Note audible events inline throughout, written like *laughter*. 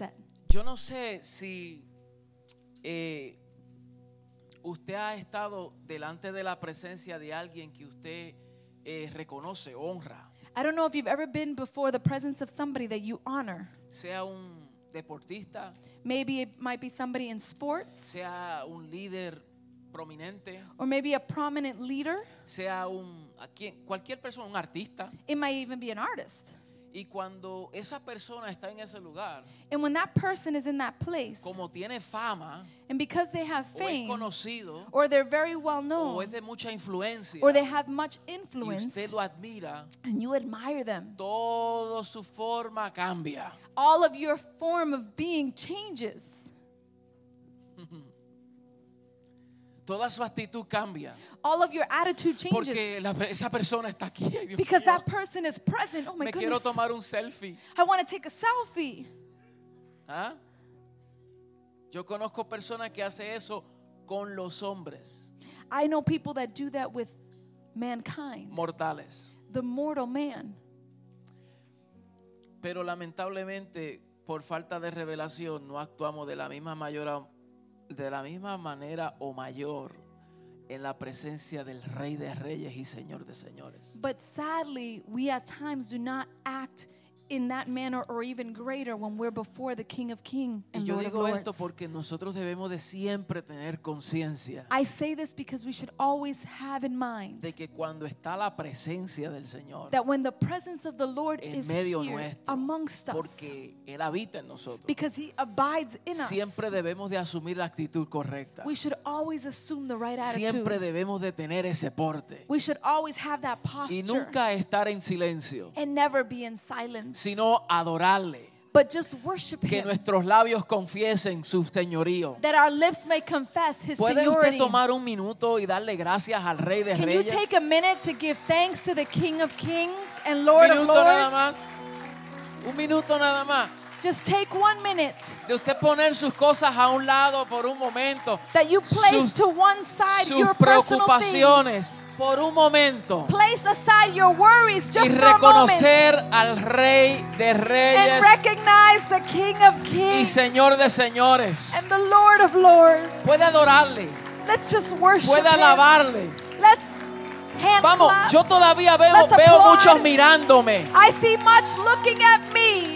upset. Yo no sé si eh, usted ha estado delante de la presencia de alguien que usted eh, reconoce, honra, I don't know if you've ever been before the presence of somebody that you honor. sea un deportista, Maybe it might be somebody in sports, sea un líder prominente, or maybe a prominent leader. sea un a quien- cualquier persona, un artista. It might even be an artist. Y cuando esa persona está en ese lugar, And when that person is in that place, como tiene fama and because they have o es fame, Oh. conocido or they're very well o known, es de mucha influencia or they have much y influence, usted lo admira, and you admire them, todo su forma cambia. all of your form of being changes. Toda su actitud cambia. All of your attitude changes. Porque la pe- esa persona está aquí. ay, Dios Because mío. that person is present. Oh my me quiero goodness. tomar un selfie. I want to take a selfie. ¿ah? Yo conozco personas que hace eso con los hombres I know people that do that with mankind, mortales. the mortal man. Pero lamentablemente, por falta de revelación, no actuamos de la misma mayor, de la misma manera o mayor en la presencia del Rey de Reyes y Señor de Señores. But sadly, we at times do not act in that manner or even greater when we're before the King of King Y and yo Lord of digo esto Lords. porque nosotros debemos de siempre tener conciencia I say this because we should always have in mind de que cuando está la presencia del Señor, that when the presence of the Lord en is medio here nuestro amongst us, porque él habita en nosotros because he abides in us, siempre debemos de asumir la actitud correcta we should always assume the right siempre attitude. debemos de tener ese porte We should always have that y posture nunca estar en silencio and never be in silence, sino adorarle but just worship que him. nuestros labios confiesen su señorío that our lips may confess his ¿Puede seniority. usted tomar un minuto y darle gracias al Rey de Can you Reyes? take a minute to give thanks to the King of Kings and un Lord of minuto nada Lords? más. Un minuto nada más. Just take one minute De usted poner sus cosas a un lado por un momento. that you place Sus- to one side sus your personal things. preocupaciones por un momento Place aside your worries y just for a moment reconocer al Rey de Reyes and recognize the King of y Kings Señor de Señores. and the Lord of Lords. Puede adorarle, Let's just worship puede him. alabarle. Let's hand Vamos, clap. yo todavía veo, Let's veo applaud. muchos mirándome, I see much looking at me,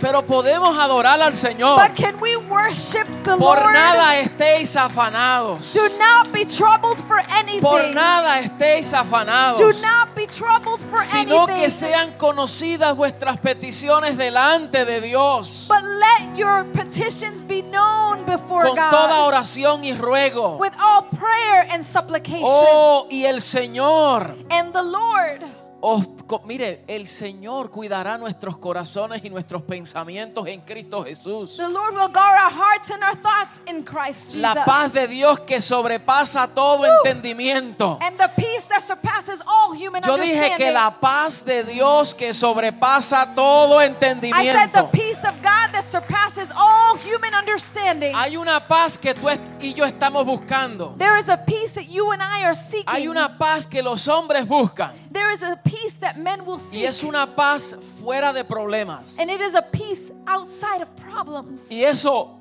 pero podemos adorar al Señor. but can we worship the Por Lord? nada estéis afanados. Do not be troubled for anything. Por nada estéis afanados. Do not be troubled for Sino que anything. sean conocidas vuestras peticiones delante de Dios. But let your petitions be known before con God toda oración y ruego. with all prayer and supplication. Oh, y el Señor, And the Lord, os- co- mire, el Señor cuidará nuestros corazones y nuestros pensamientos en Cristo Jesús. the Lord will guard our hearts and our thoughts in Christ Jesus. Uh. La paz de Dios que sobrepasa todo entendimiento. and the peace that surpasses all human Yo dije understanding. que la paz de Dios que sobrepasa todo I said the entendimiento. peace of God that surpasses all human understanding. Hay una paz que tú es- y yo estamos buscando. there is a peace that you and I are seeking. Hay una paz que los hombres buscan. there is a peace that men will seek. Y es una paz fuera de problemas. And it is a peace outside of problems. Y eso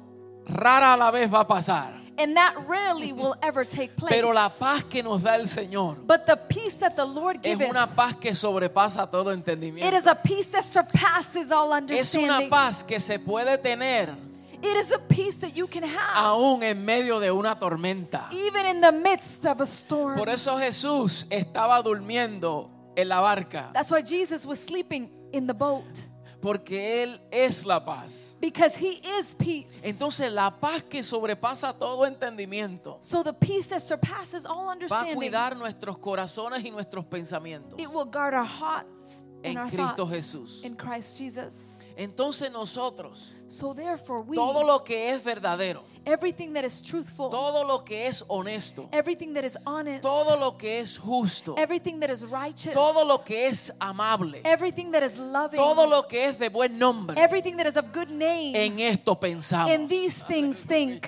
rara a la vez va a pasar. And that rarely will ever take place. *laughs* Pero la paz que nos da el Señor but the peace that the Lord es giveth, una paz que sobrepasa todo it entendimiento. is a peace that surpasses all Es una understanding. paz que se puede tener It is a peace that you can have aún en medio de una tormenta. even in the midst of a storm. Por eso Jesús estaba durmiendo en la barca, That's why Jesus was sleeping in the boat porque Él es la paz. because he is peace. Entonces la paz que sobrepasa todo entendimiento so the peace that surpasses all va a understanding, cuidar nuestros corazones y nuestros pensamientos. it will guard our hearts En and our Cristo thoughts Jesús. in Christ Jesus. Entonces nosotros, So therefore we todo lo que es verdadero, everything that is truthful, todo lo que es honesto, everything that is honest, todo lo que es justo, everything that is righteous, todo lo que es amable, everything that is loving, todo lo que es de buen nombre, everything that is of good name. en esto pensamos. in these things, think.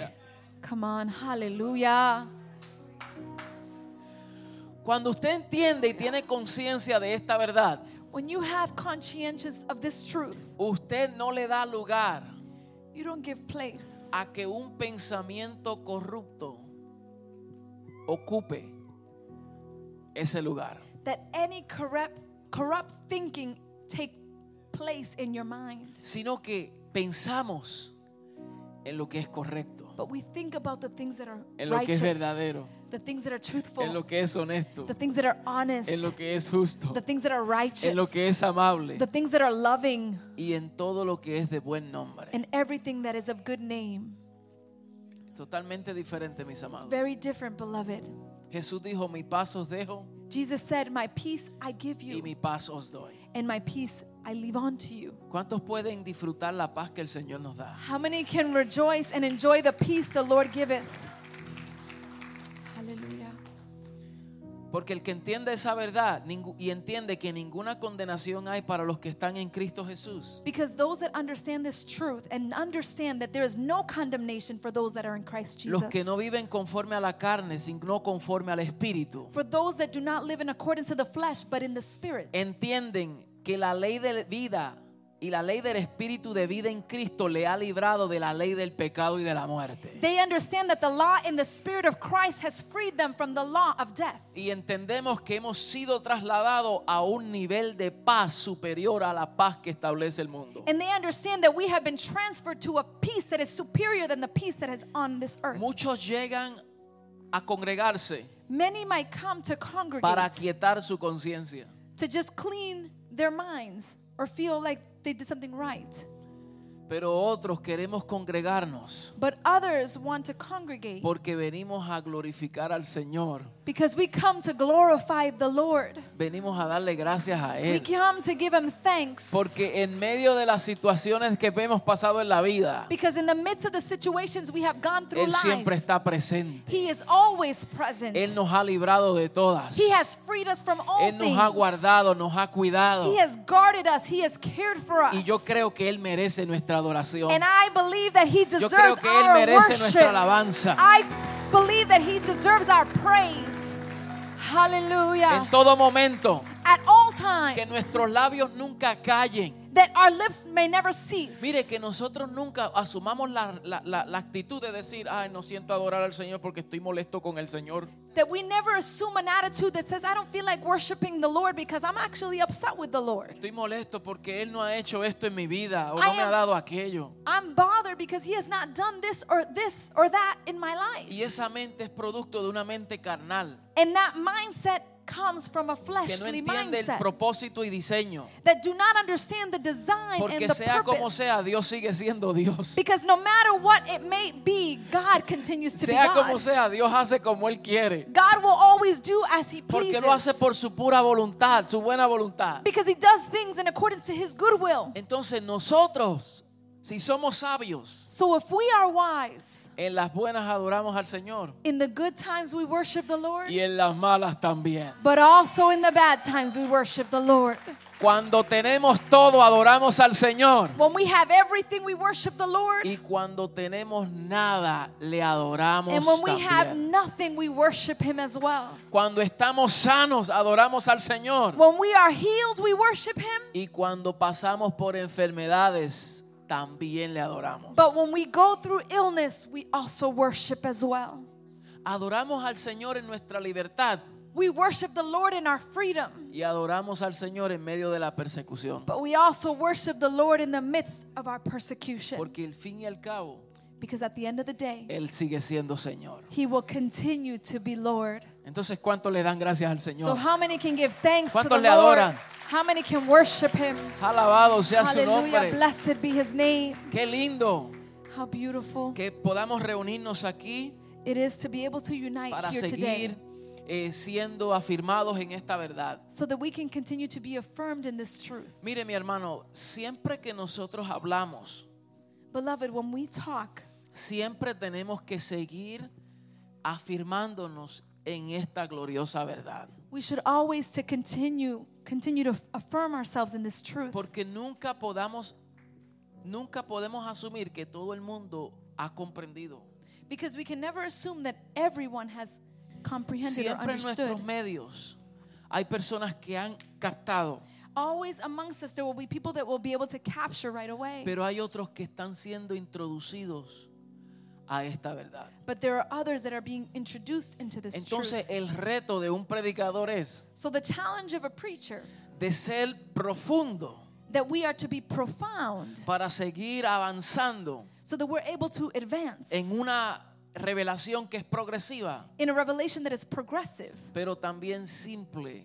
Come on, hallelujah. Cuando usted entiende y tiene conciencia de esta verdad, When you have conscientious of this truth, usted no le da lugar You don't give place a que un pensamiento corrupto ocupe ese lugar. that any corrupt corrupt thinking take place in your mind. sino que pensamos en lo que es correcto, But we think about the things that are en lo que righteous, es verdadero, the things that are en truthful, lo que es honesto, the things that are honest, en lo que es justo, the things that are righteous, en lo que es amable the things that are loving, y en todo lo que es de buen nombre. and everything that is of good name. Totalmente diferente, mis It's amados. very different, beloved. Jesús dijo, mi paz os dejo Jesus said, "My peace I give y you, mi paz os doy. and my peace I leave unto you." ¿Cuántos pueden disfrutar la paz que el Señor nos da? How many can rejoice and enjoy the peace the Lord giveth? Hallelujah. Porque el que entiende esa verdad ningú- y entiende que ninguna condenación hay para los que están en Cristo Jesús, Because those that understand this truth and understand that there is no condemnation for those that are in Christ Jesus. Los que no viven conforme a la carne, sino conforme al espíritu, for those that do not live in accordance to the flesh but in the spirit. entienden que la ley de vida y la ley del espíritu de vida en Cristo le ha librado de la ley del pecado y de la muerte. they understand that the law in the spirit of Christ has freed them from the law of death. Y entendemos que hemos sido trasladados a un nivel de paz superior a la paz que establece el mundo. And they understand that we have been transferred to a peace that is superior than the peace that is on this earth. Muchos llegan a congregarse Many might come to congregate para aquietar su conciencia. to just clean their minds or feel like they did something right. Pero otros queremos congregarnos But others want to congregate porque venimos a glorificar al Señor. because we come to glorify the Lord. Venimos a darle gracias a We Él. come to give him thanks. Porque en medio de las situaciones que hemos pasado en la vida, because in the midst of the situations we have gone through Él life, siempre está presente. he is always present. Él nos ha librado de todas. he has freed us from all Él nos ha things. guardado, nos ha cuidado. He has guarded us. He has cared for us. Y yo creo que Él merece nuestra adoración. and I believe that he Yo deserves creo que Él our merece worship. nuestra alabanza. I believe that he deserves our praise. Hallelujah. En todo momento, At all times. que nuestros labios nunca callen. that our lips may never cease. Mire, que nosotros nunca asumamos la, la- la- la actitud de decir, ay, no siento adorar al Señor porque estoy molesto con el Señor. that we never assume an attitude that says, I don't feel like worshiping the Lord because I'm actually upset with the Lord. Estoy molesto porque Él no ha hecho esto en mi vida o I no me am- ha dado aquello. I'm bothered because he has not done this or this or that in my life. Y esa mente es producto de una mente carnal And that mindset comes from a que no fleshly entiende el mindset propósito y diseño. that do not understand the design Porque and the sea como purpose. sea, Dios sigue siendo Dios. Because no matter what it may be, God continues to Sea be como God. sea, Dios hace como Él quiere. God will always do as he Porque pleases. lo hace por su pura voluntad, su buena voluntad. because he does things in accordance to his goodwill. Entonces nosotros, si somos sabios, So if we are wise, en las buenas adoramos al Señor in the good times we worship the Lord, y en las malas también. but also in the bad times we worship the Lord. Cuando tenemos todo, adoramos al Señor. When we have everything, we worship the Lord. Y cuando tenemos nada, le adoramos And when we también. have nothing, we worship Him as well. Cuando estamos sanos, adoramos al Señor. When we are healed, we worship Him. Y cuando pasamos por enfermedades, también le adoramos. But when we go through illness, we also worship as well. Adoramos al Señor en nuestra libertad We worship the Lord in our freedom, y adoramos al Señor en medio de la persecución. but we also worship the Lord in the midst of our persecution. Porque al fin y al cabo, Because at the end of the day, Él sigue siendo Señor. He will continue to be Lord. Entonces, ¿cuántos le dan gracias al So Señor? how many can give thanks to the ¿Cuántos le Lord? adoran? How many can worship Him? Alabado sea su Hallelujah. nombre. Blessed be his name. Qué lindo How beautiful que podamos reunirnos aquí it is to be able to unite para here today seguir eh, siendo afirmados en esta verdad. so that we can continue to be affirmed in this truth. Mire mi hermano, siempre que nosotros hablamos, Beloved, when we talk, siempre tenemos que seguir afirmándonos en esta gloriosa verdad. we should always to continue continue to affirm ourselves in this truth Porque nunca podamos, nunca podemos asumir que todo el mundo ha comprendido. because we can never assume that everyone has comprehended or Siempre en understood. nuestros medios hay personas que han captado always amongst us, there will be people that will be able to capture right away. Pero hay otros que están siendo introducidos a esta verdad. But there are others that are being introduced into this Entonces truth. eh, el reto de un predicador es So the challenge of a preacher de ser profundo that we are to be profound para seguir avanzando so that we're able to advance en una revelación que es progresiva, in a revelation that is progressive, pero también simple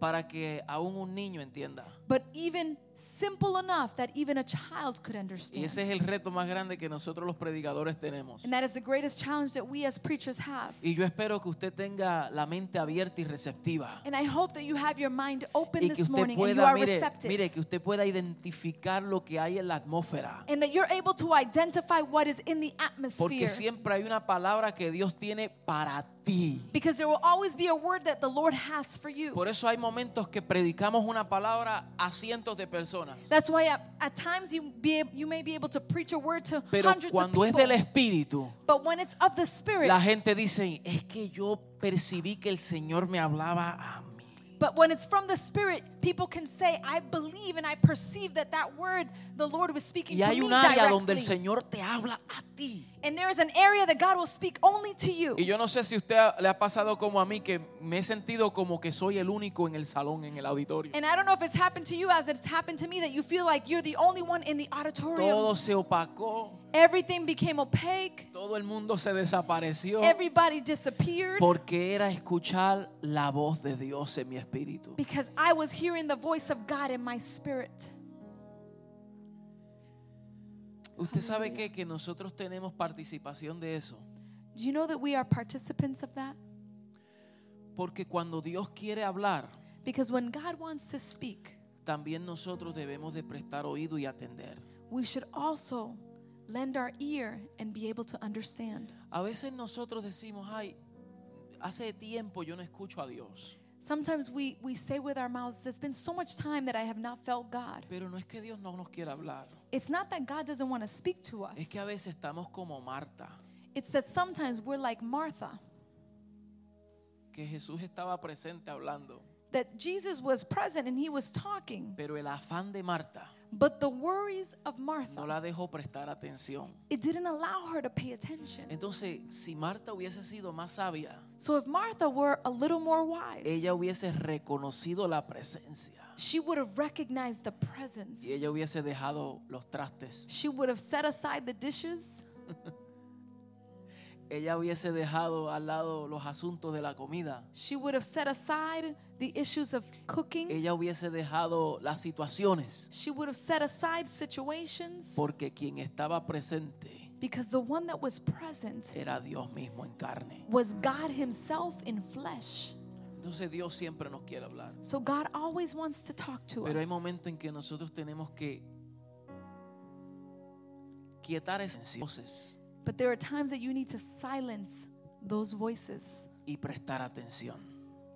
para que aún un niño entienda. but even simple enough that even a child could understand. Y ese es el reto más grande que nosotros los predicadores tenemos. And that is the greatest challenge that we as preachers have. Y yo espero que usted tenga la mente abierta y receptiva. And I hope that you have your mind open Y que this usted morning and you are pueda, mire, receptive. mire, que usted pueda identificar lo que hay en la atmósfera. and that you're able to identify what is in the atmosphere. Porque siempre hay una palabra que Dios tiene para ti. because there will always be a word that the Lord has for you. Por eso hay momentos que predicamos una palabra a cientos de personas. That's why at, at times you, be, you may be able to preach a word to Pero hundreds of cuando people. es del Espíritu, but when it's of the Spirit, la gente dice, es que yo percibí que el Señor me hablaba a mí. but when it's from the Spirit, people can say, I believe and I perceive that that word the Lord was speaking Y to hay me un área donde directly. el Señor te habla a ti. and there is an area that God will speak only to you. Y yo no sé si usted ha- le ha pasado como a mí que me he sentido como que soy el único en el salón, en el auditorio. And I don't know if it's happened to you as it's happened to me that you feel like you're the only one in the auditorium. Todo se opacó, Everything became opaque. todo el mundo se desapareció Everybody disappeared porque era escuchar la voz de Dios en mi espíritu. because I was hearing the voice of God in my spirit. Usted sabe qué? que nosotros tenemos participación de eso. Do you know that we are participants of that? Porque cuando Dios quiere hablar, Because when God wants to speak, también nosotros debemos de prestar oído y atender. we should also lend our ear and be able to understand. A veces nosotros decimos, ay, hace tiempo yo no escucho a Dios. Sometimes we, we say with our mouths, There's been so much time that I have not felt God. Pero no es que Dios no nos quiera hablar. It's not that God doesn't want to speak to us, Es que a veces estamos como Marta, it's that sometimes we're like Martha. que Jesús estaba presente hablando, that Jesus was present and he was talking, pero el afán de Marta but the worries of no Martha, la dejó prestar atención. it didn't allow her to pay attention. Entonces, si Marta hubiese sido más sabia, So if Martha were a little more wise, ella hubiese reconocido la presencia she would have recognized the presence. y ella hubiese dejado los trastes. She would have set aside the dishes. Ella hubiese dejado al lado los asuntos de la comida. She would have set aside the issues of cooking. Ella hubiese dejado las situaciones, She would have set aside situations porque quien estaba presente because the one that was present era Dios mismo en carne. was God himself in flesh. Entonces Dios siempre nos quiere hablar. So God always wants to talk to Pero hay us. momentos en que nosotros tenemos que quietar esas voces But there are times that you need to silence those voices y prestar atención.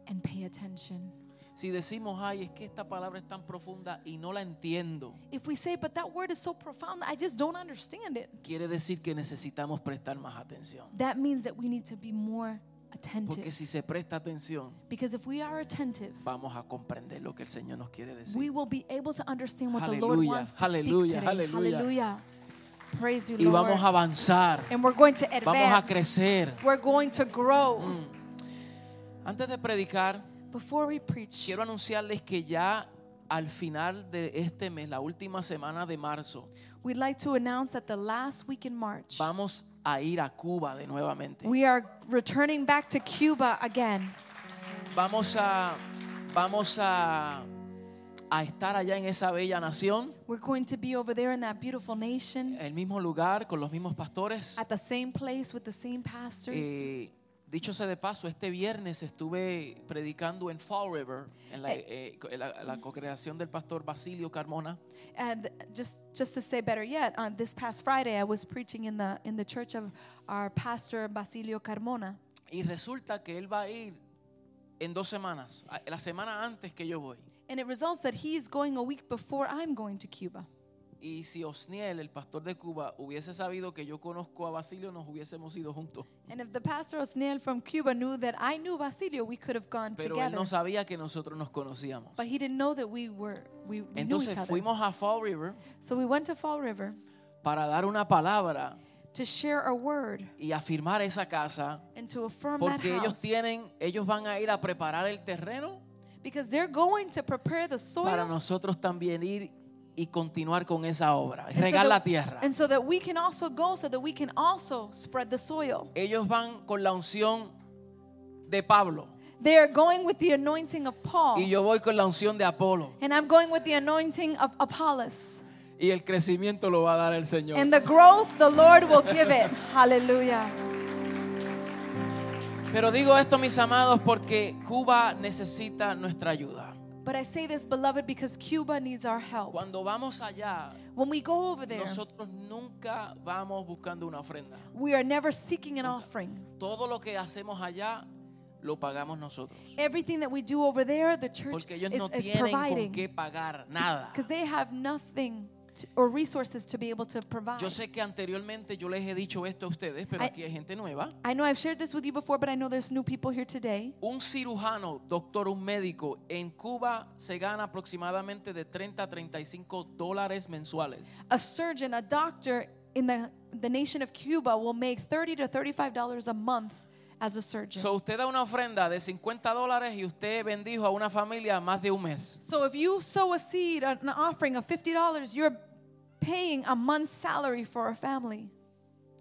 and pay attention. Si decimos, ay, es que esta palabra es tan profunda y no la entiendo, If we say, but that word is so profound, I just don't understand it, quiere decir que necesitamos prestar más atención. that means that we need to be more Porque attentive. si se presta atención, Because if we are attentive, vamos a comprender lo que el Señor nos quiere decir. we will be able to understand what the Lord Hallelujah, wants to hallelujah, speak today. hallelujah. Praise you, Y Lord. vamos a avanzar, and we're going to advance. vamos a crecer. Mm. We're going to grow. Antes de predicar, Before we preach, quiero anunciarles que ya al final de este mes, la última semana de marzo, we'd like to announce that the last week in March, vamos a ir a Cuba de nuevamente. we are returning back to Cuba again. Vamos a vamos a a estar allá en esa bella nación, We're going to be over there in that beautiful nation, el mismo lugar con los mismos pastores. at the same place with the same pastors. Eh, dicho sea de paso, este viernes estuve predicando en Fall River, en la, eh, co- en la- la cocreación del pastor Basilio Carmona. And just just to say better yet, on this past Friday I was preaching in the in the church of our pastor Basilio Carmona. Y resulta que él va a ir en dos semanas, a- la semana antes que yo voy. And it results that he is going a week before I'm going to Cuba. Y si Osniel, el pastor de Cuba, hubiese sabido que yo conozco a Basilio, nos hubiésemos ido juntos. And if the pastor Osnil from Cuba knew that I knew Basilio, we could have gone Pero él together. no sabía que nosotros nos conocíamos. But he didn't know that we were we knew Entonces each other. fuimos a Fall River So we went to Fall River para dar una palabra to share a word y afirmar esa casa. and to affirm that Porque ellos house tienen, ellos van a ir a preparar el terreno because they're going to prepare the soil para nosotros también ir y continuar con esa obra, y and, so regar la that, tierra. and so that we can also go so that we can also spread the soil. Ellos van con la unción de Pablo They are going with the anointing of Paul y yo voy con la unción de Apolo and I'm going with the anointing of Apollos. y el crecimiento lo va a dar el Señor. And the growth the Lord will give *laughs* it. Hallelujah. Pero digo esto, mis amados, porque Cuba necesita nuestra ayuda. But I say this, beloved, because Cuba needs our help. Cuando vamos allá, When we go over there, nosotros nunca vamos buscando una ofrenda. we are never seeking an offering. Todo lo que hacemos allá lo pagamos nosotros. Everything that we do over there, the church Porque ellos no is, is tienen con providing qué pagar nada. because they have nothing to- or resources to be able to provide. Yo sé que anteriormente yo les he dicho esto a ustedes, pero I- aquí hay gente nueva. I know I've shared this with you before, but I know there's new people here today. Un cirujano, doctor, un médico en Cuba se gana aproximadamente de 30 a 35 dólares mensuales. A surgeon, a doctor in the, the nation of Cuba will make 30 to $35 a month as a surgeon. So, usted da una ofrenda de 50 dólares y usted bendijo a una familia más de un mes. So if you sow a seed, an offering of $50, you're paying a month's salary for a family.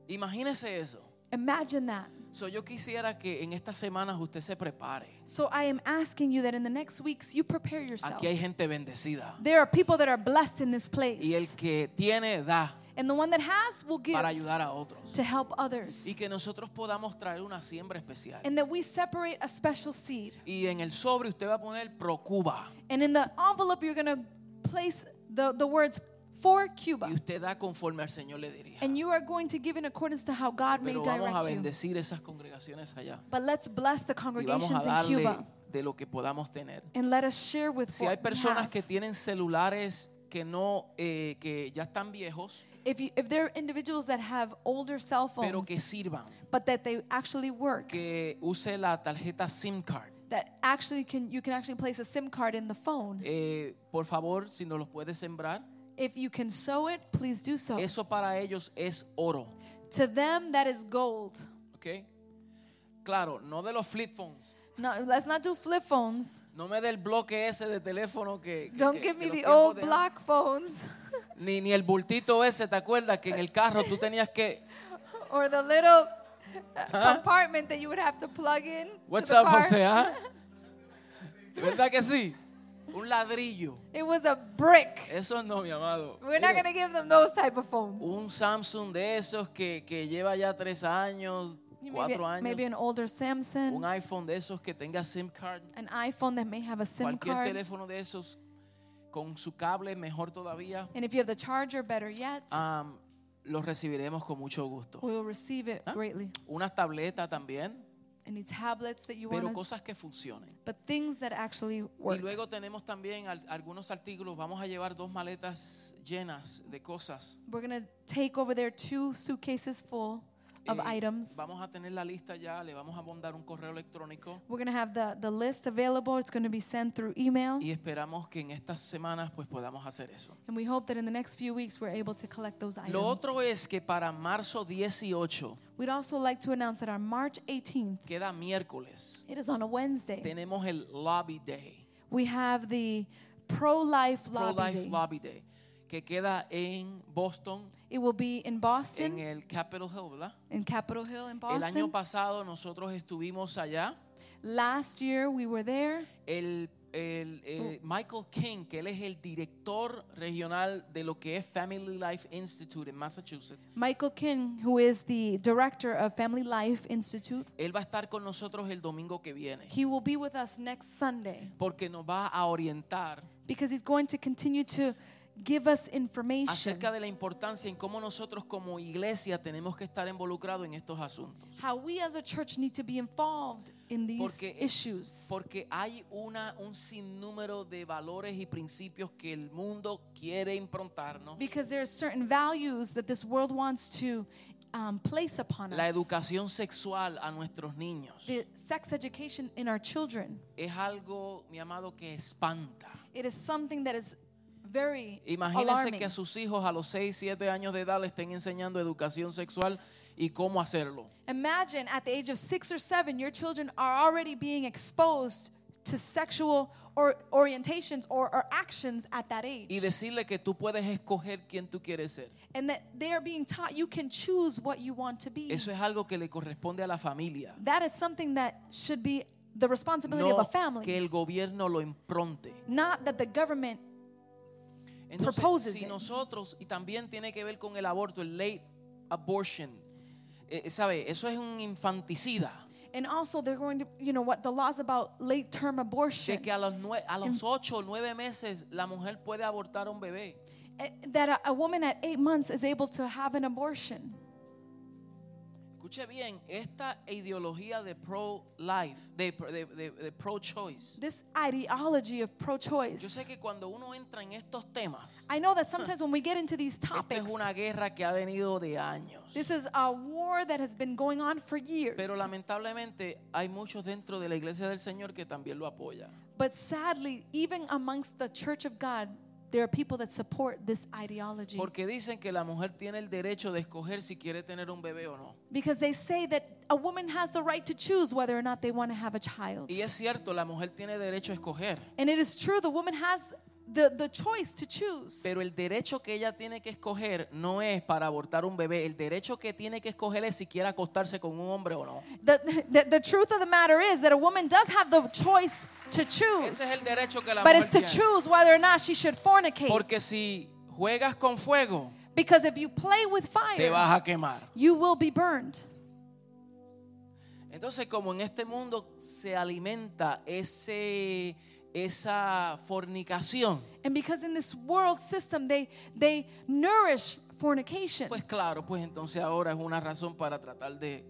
Imagínese eso. Imagine that. So, yo quisiera que en estas semanas usted se prepare. So I am asking you that in the next weeks you prepare yourself. Aquí hay gente bendecida. There are people that are blessed in this Y el place. que tiene, da And the one that has will give para ayudar a otros. to help others. y que nosotros podamos traer una siembra especial. And that we separate a special seed. Y en el sobre usted va a poner Procuba And in the envelope you're going to place the, the words for y Cuba. usted da conforme al Señor le diría. And you are going to give in accordance to how God may Pero vamos a direct you. bendecir esas congregaciones allá But let's bless the y vamos a congregations in darle Cuba. de lo que podamos tener. And let us share with Si what hay we personas have. que tienen celulares que no eh, que ya están viejos, if, you, if there are individuals that have older cell pero phones, que sirvan, but that they actually work, que use la tarjeta SIM card. that actually can you can actually place a SIM card in the phone. eh, por favor, si nos los puede sembrar, If you can sew it, please do so. eso para ellos es oro, to them, that is gold. ¿ok? Claro, no de los flip phones. No, let's not do flip phones. No me dé el bloque ese de teléfono que. que- Don't que- give que me the los tiempos old Eh, de antes. block phones *laughs* Ni, ni el bultito ese, ¿te acuerdas? Que en el carro tú tenías *laughs* que. or the little uh, compartment that you would have to plug in. What's to the up, car. José? *laughs* ah? ¿Verdad que sí? Un ladrillo. It was a brick. Eso no, mi amado. We're not Mire, going to give them those type of phones. Un Samsung de esos que, que lleva ya tres años, You maybe, cuatro años. maybe an older un Samsung, iPhone de esos que tenga SIM card. an iPhone that may have a SIM cualquier card. teléfono de esos con su cable, mejor todavía. And if you have the charger, better yet, Am, los recibiremos con mucho gusto. we will receive Ah. it greatly. Una tableta también. Any tablets that you pero want, cosas que funcionen. but things that actually Y work. luego tenemos también al- algunos artículos, vamos a llevar dos maletas llenas de cosas. We're going to take over there two suitcases full of Eh, items. Vamos a tener la lista ya, le vamos a mandar un correo electrónico We're going to have the, the list available. It's going to be sent through email. y esperamos que en estas semanas pues podamos hacer eso. And we hope that in the next few weeks, we're able to collect those items. Lo otro es que para marzo 18, We'd also like to announce that on March 18th, queda miércoles, it is on a Wednesday, tenemos el Lobby Day, we have the pro-life lobby Pro-Life day. Lobby Day, que queda en Boston, It will be in Boston, en el Capitol Hill, ¿verdad? in Capitol Hill in El año Boston. pasado nosotros estuvimos allá. Last year we were there. el, el, eh, Oh. Michael King, que él es el director regional de lo que es Family Life Institute en Massachusetts. Michael King, who is the director of Family Life Institute, Él va a estar con nosotros el domingo que viene he will be with us next Sunday porque nos va a orientar because he's going to continue to give us information acerca de la importancia en cómo nosotros como iglesia tenemos que estar involucrados en estos asuntos. how we as a church need to be involved in these Porque- eh, issues. Porque hay una, un sinnúmero de valores y principios que el mundo quiere improntarnos. Because there are certain values that this world wants to um, place upon La us. educación sexual a nuestros niños The sex education in our children, es algo, mi amado, que espanta. it is something that is very Imagínense alarming. que a sus hijos a los 6, 7 años de edad le estén enseñando educación sexual y cómo hacerlo. Imagine at the age of six or seven, your children are already being exposed to sexual or orientations or, or actions at that age. Y decirle que tú puedes escoger quién tú quieres ser. and that they are being taught you can choose what you want to be. Eso es algo que le corresponde a la familia. that is something that should be the responsibility No of a family. que el gobierno lo impronte. not that the government Entonces, Proposes si it. nosotros, y también tiene que ver con el aborto, el late abortion, eh, eh, ¿sabe? Eso es un infanticida. and also they're going to you know what the laws about late term De abortion que a los, nue- a los Em- 8 o 9 meses la mujer puede abortar a un bebé. eh, that a, a woman at 8 months is able to have an abortion Escuche bien, esta ideología de pro-life, de, de- de- de pro-choice. this ideology of pro Yo choice sé que cuando uno entra en estos temas, i know that sometimes when we get into *laughs* these esta es topics una guerra que ha venido de años. this is a war that has been going on for years Pero lamentablemente hay muchos dentro de la iglesia del Señor que también lo apoyan. but sadly even amongst the church of god there are people that support this ideology Porque dicen que la mujer tiene el derecho de escoger si quiere tener un bebé o no. because they say that a woman has the right to choose whether or not they want to have a child Y es cierto, la mujer tiene derecho a escoger. And it is true, the woman has the, the choice to choose. Pero el derecho que ella tiene que escoger no es para abortar un bebé. El derecho que tiene que escoger es si quiere acostarse con un hombre o no. the, the, the truth of the matter is that a woman does have the choice to choose, Ese es el derecho que la but mujer it's to tiene. choose whether or not she should fornicate. Porque si juegas con fuego, because if you play with te fire, vas a quemar. you will be burned. Entonces, como en este mundo se alimenta ese, esa fornicación, And because in this world system they they nourish fornication. pues claro, pues entonces ahora es una razón para tratar de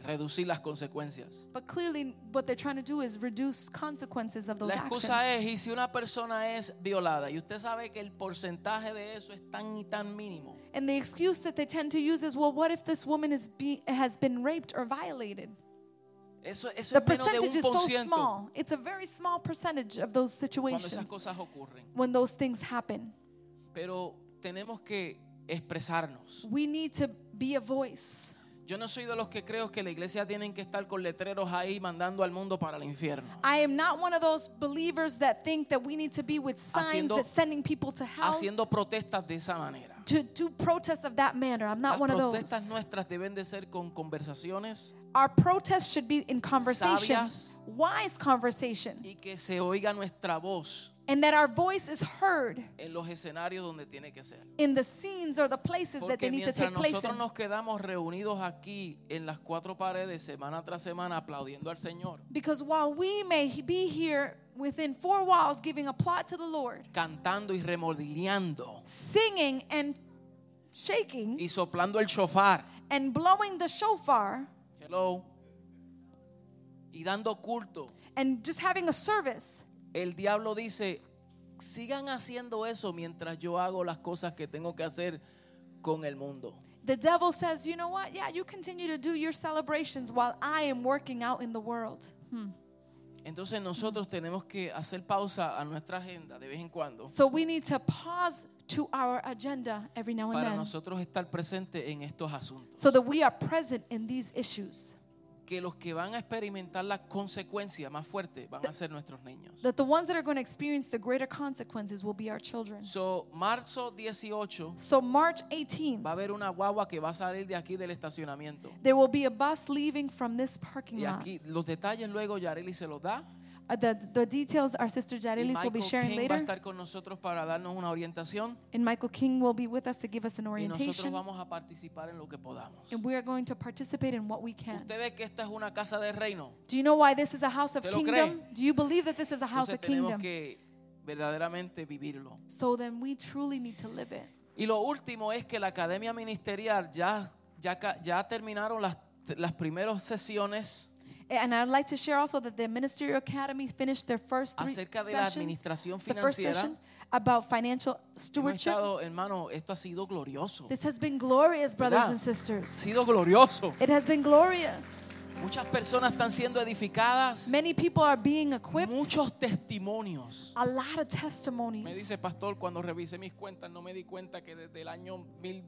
reducir las consecuencias. but clearly what they're trying to do is reduce consequences of those La actions. excusa es, y si una persona es violada, y usted sabe que el porcentaje de eso es tan y tan mínimo, And the excuse that they tend to use is, well, what if this woman is be, has been raped or violated? eso, eso The es menos de percentage un is so por small. It's a very small percentage of those cuando esas situations cosas ocurren. when those things happen. Pero tenemos que expresarnos. We need to be a voice. Yo no soy de los que creo que la iglesia tienen que estar con letreros ahí mandando al mundo para el infierno. I am not one of those believers that think that we need to be with signs Haciendo- that sending people to hell haciendo protestas de esa manera. to do protests of that manner. I'm not Las one of protestas those. nuestras deben de ser con conversaciones Our protests should be in conversation, Sabias. wise conversation, y que se oiga nuestra voz and that our voice is heard en los escenarios donde tiene que ser. in the scenes or the places that Porque they need to mientras take place nosotros in. nos quedamos reunidos aquí en las cuatro paredes semana tras semana aplaudiendo al Señor, Because while we may be here within four walls giving a plot to the Lord, cantando y remordileando singing and shaking y soplando el chofar, and blowing the shofar hello, y dando culto, and just having a service, el diablo dice, sigan haciendo eso mientras yo hago las cosas que tengo que hacer con el mundo. the devil says, You know what? Yeah, you continue to do your celebrations while I am working out in the world. Entonces nosotros tenemos que hacer pausa a nuestra agenda de vez en cuando So we need to pause to our agenda every now and para then nosotros estar presentes en estos asuntos. so that we are present in these issues. Que los que van a experimentar las consecuencias más fuertes van a ser nuestros niños. That the ones that are going to experience the greater consequences will be our children. So, marzo 18 So, March 18th, va a haber una guagua que va a salir de aquí del estacionamiento. There will be a bus leaving from this parking Y lot. aquí los detalles luego Yareli se los da. Uh, the, the details our sister Y Jarelis will Michael be sharing King va a later. estar con nosotros para darnos una orientación. And Michael King will be with us to give us an Y nosotros orientation. vamos a participar en lo que podamos. And we are going to participate in what we can. Usted ve que esta es una casa de reino. Do you know why this is a house of ¿Usted lo cree? kingdom? Do you believe that this is a house Entonces of tenemos kingdom? que verdaderamente vivirlo. So then we truly need to live it. Y lo último es que la academia ministerial ya, ya, ca- ya terminaron las, las primeras sesiones Eh, And I'd like to share also that the Ministerial Academy finished their first three acerca de la sessions, administración the first financiera. session about financial Hemos stewardship. estado, hermano, esto ha sido glorioso. This has been glorious, brothers ¿verdad? and Ha sisters. sido glorioso. It has been glorious. Muchas personas están siendo edificadas. Many people are being equipped. Muchos testimonios. A lot of Me testimonies. dice pastor, cuando revisé mis cuentas no me di cuenta que desde el año mil-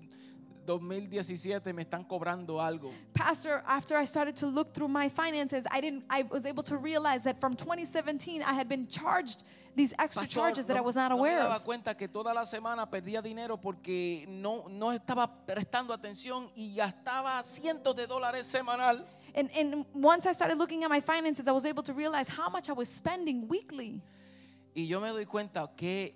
2017 me están cobrando algo. Pastor, after I started to look through my finances, I didn't I was able to realize that from 2017 I had been charged these extra Pastor, charges that no- I was not no aware me daba of. cuenta que toda la semana perdía dinero porque no, no estaba prestando atención y gastaba cientos de dólares semanal. And and once I started looking at my finances, I was able to realize how much I was spending weekly. Y yo me doy cuenta que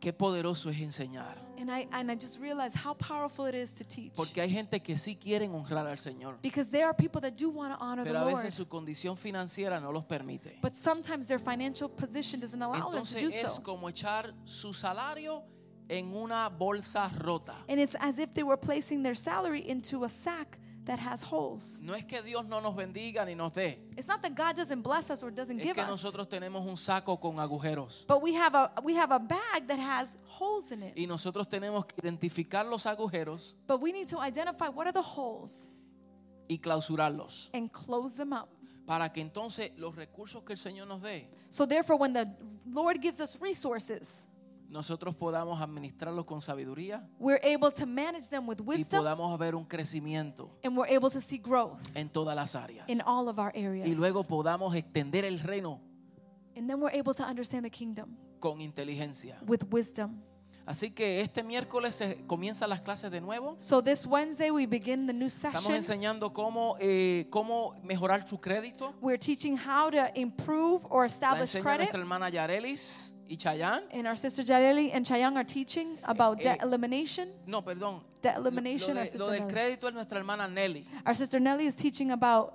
qué poderoso es enseñar. And I and I just realized how powerful it is to teach. Porque hay gente que sí quieren honrar al Señor, Because there are people that do want to honor the pero a Lord, veces su condición financiera no los permite. but sometimes their financial position doesn't allow them to do Entonces es so. como echar su salario en una bolsa rota. And it's as if they were placing their salary into a sack that has holes. No es que Dios no nos bendiga ni nos dé, It's not that God doesn't bless us or doesn't es give que us. nosotros tenemos un saco con agujeros. But we have a we have a bag that has holes in it. Y nosotros tenemos que identificar los agujeros But we need to identify what are the holes y clausurarlos. and close them up. Para que entonces los recursos que el Señor nos dé, So therefore when the Lord gives us resources, nosotros podamos administrarlos con sabiduría we're able to manage them with y wisdom podamos ver un crecimiento and we're able to see growth en todas las áreas. in all of our areas. Y luego podamos extender el reino And then we're able to understand the kingdom con inteligencia. with wisdom. Así que este miércoles se comienzan las clases de nuevo. So this Wednesday we begin the new Estamos session. enseñando cómo, eh, cómo mejorar su crédito. We're teaching how to improve or La establish enseña credit. nuestra hermana Yarelis y Chayanne. And our sister Jareli and Chayang are teaching about debt Eh, elimination. No, perdón. Debt elimination, lo, our de- lo sister del Nelly. crédito es nuestra hermana Nelly. Our sister Nelly is teaching about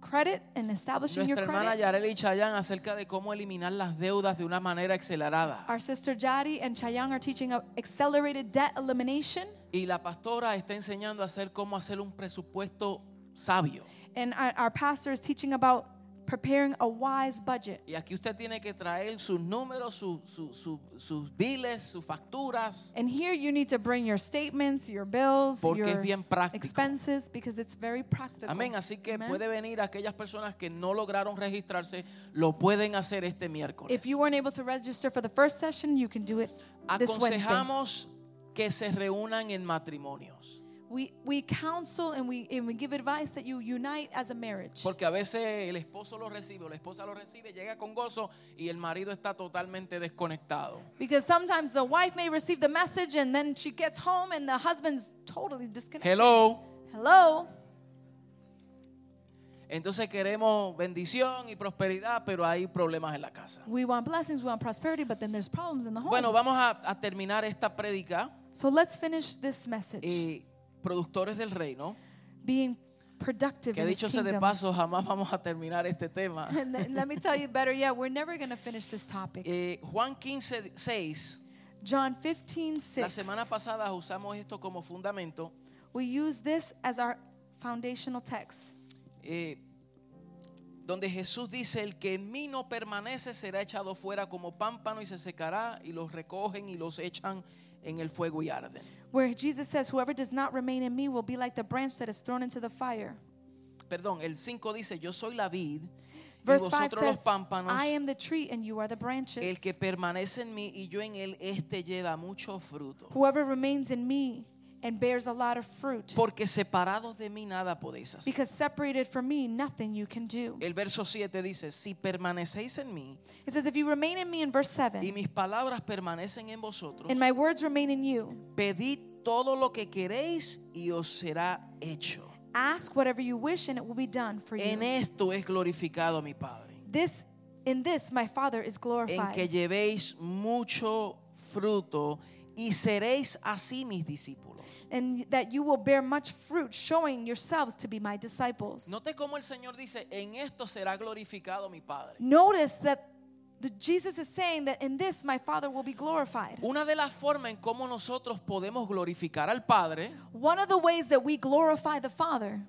credit and establishing your Nuestra hermana credit. Yareli Chayan acerca de cómo eliminar las deudas de una manera acelerada. Our sister Jari and Chayang are teaching of accelerated debt elimination. Y la pastora está enseñando a hacer cómo hacer un presupuesto sabio. And our, our pastor is teaching about preparing a wise budget. Y aquí usted tiene que traer sus números, su- su- su- sus biles, sus facturas, And here you need to bring your statements, your bills, Porque es your bien práctico. expenses, because it's very practical. Amén. Así que Amen. puede venir aquellas personas que no lograron registrarse, lo pueden hacer este miércoles. If you weren't able to register for the first session, you can do it this Wednesday. Aconsejamos que se reúnan en matrimonios. We, we counsel and we, and we give advice that you unite as a marriage. Porque a veces el esposo lo recibe o la esposa lo recibe, llega con gozo y el marido está totalmente desconectado. Because sometimes the wife may receive the message and then she gets home and the husband's totally disconnected. Hello. Hello. Entonces queremos bendición y prosperidad, pero hay problemas en la casa. We want blessings, we want prosperity, but then there's problems in the home. Bueno, vamos a, a terminar esta prédica. so let's finish this message Eh, productores del reino, being productive que in this dicho sea de kingdom. paso, jamás vamos a terminar este tema. *laughs* and then, let me tell you better yet, we're never going to finish this topic. Eh, Juan 15, 6. John 15, La 6. semana pasada usamos esto como fundamento. we use this as our foundational text. eh, donde Jesús dice, el que en mí no permanece será echado fuera como pámpano y se secará y los recogen y los echan en el fuego y arden. Where Jesus says, Whoever does not remain in me will be like the branch that is thrown into the fire. Perdón, el 5 dice, yo soy la vid y Verse 5 vosotros los says, pámpanos, I am the tree and you are the branches. el que permanece en mí y yo en él, este lleva mucho fruto. Whoever remains in me and bears a lot of fruit, Porque separados de mí nada podéis hacer. because separated from me, nothing you can do. El verso 7 dice, si permanecéis en mí It says, If you remain in me, in verse y 7, mis palabras permanecen en vosotros, and my words remain in you, Pedid todo lo que queréis y os será hecho. ask whatever you wish and it will be done for En you. esto es glorificado mi Padre, This, in this, my Father is en que glorified, llevéis mucho fruto y seréis así mis discípulos. and that you will bear much fruit, showing yourselves to be my disciples. Note cómo el Señor dice, en esto será glorificado mi Padre. Notice that the, Jesus is saying that in this my Father will be glorified. Una de las formas en cómo nosotros podemos glorificar al Padre, One of the ways that we glorify the Father,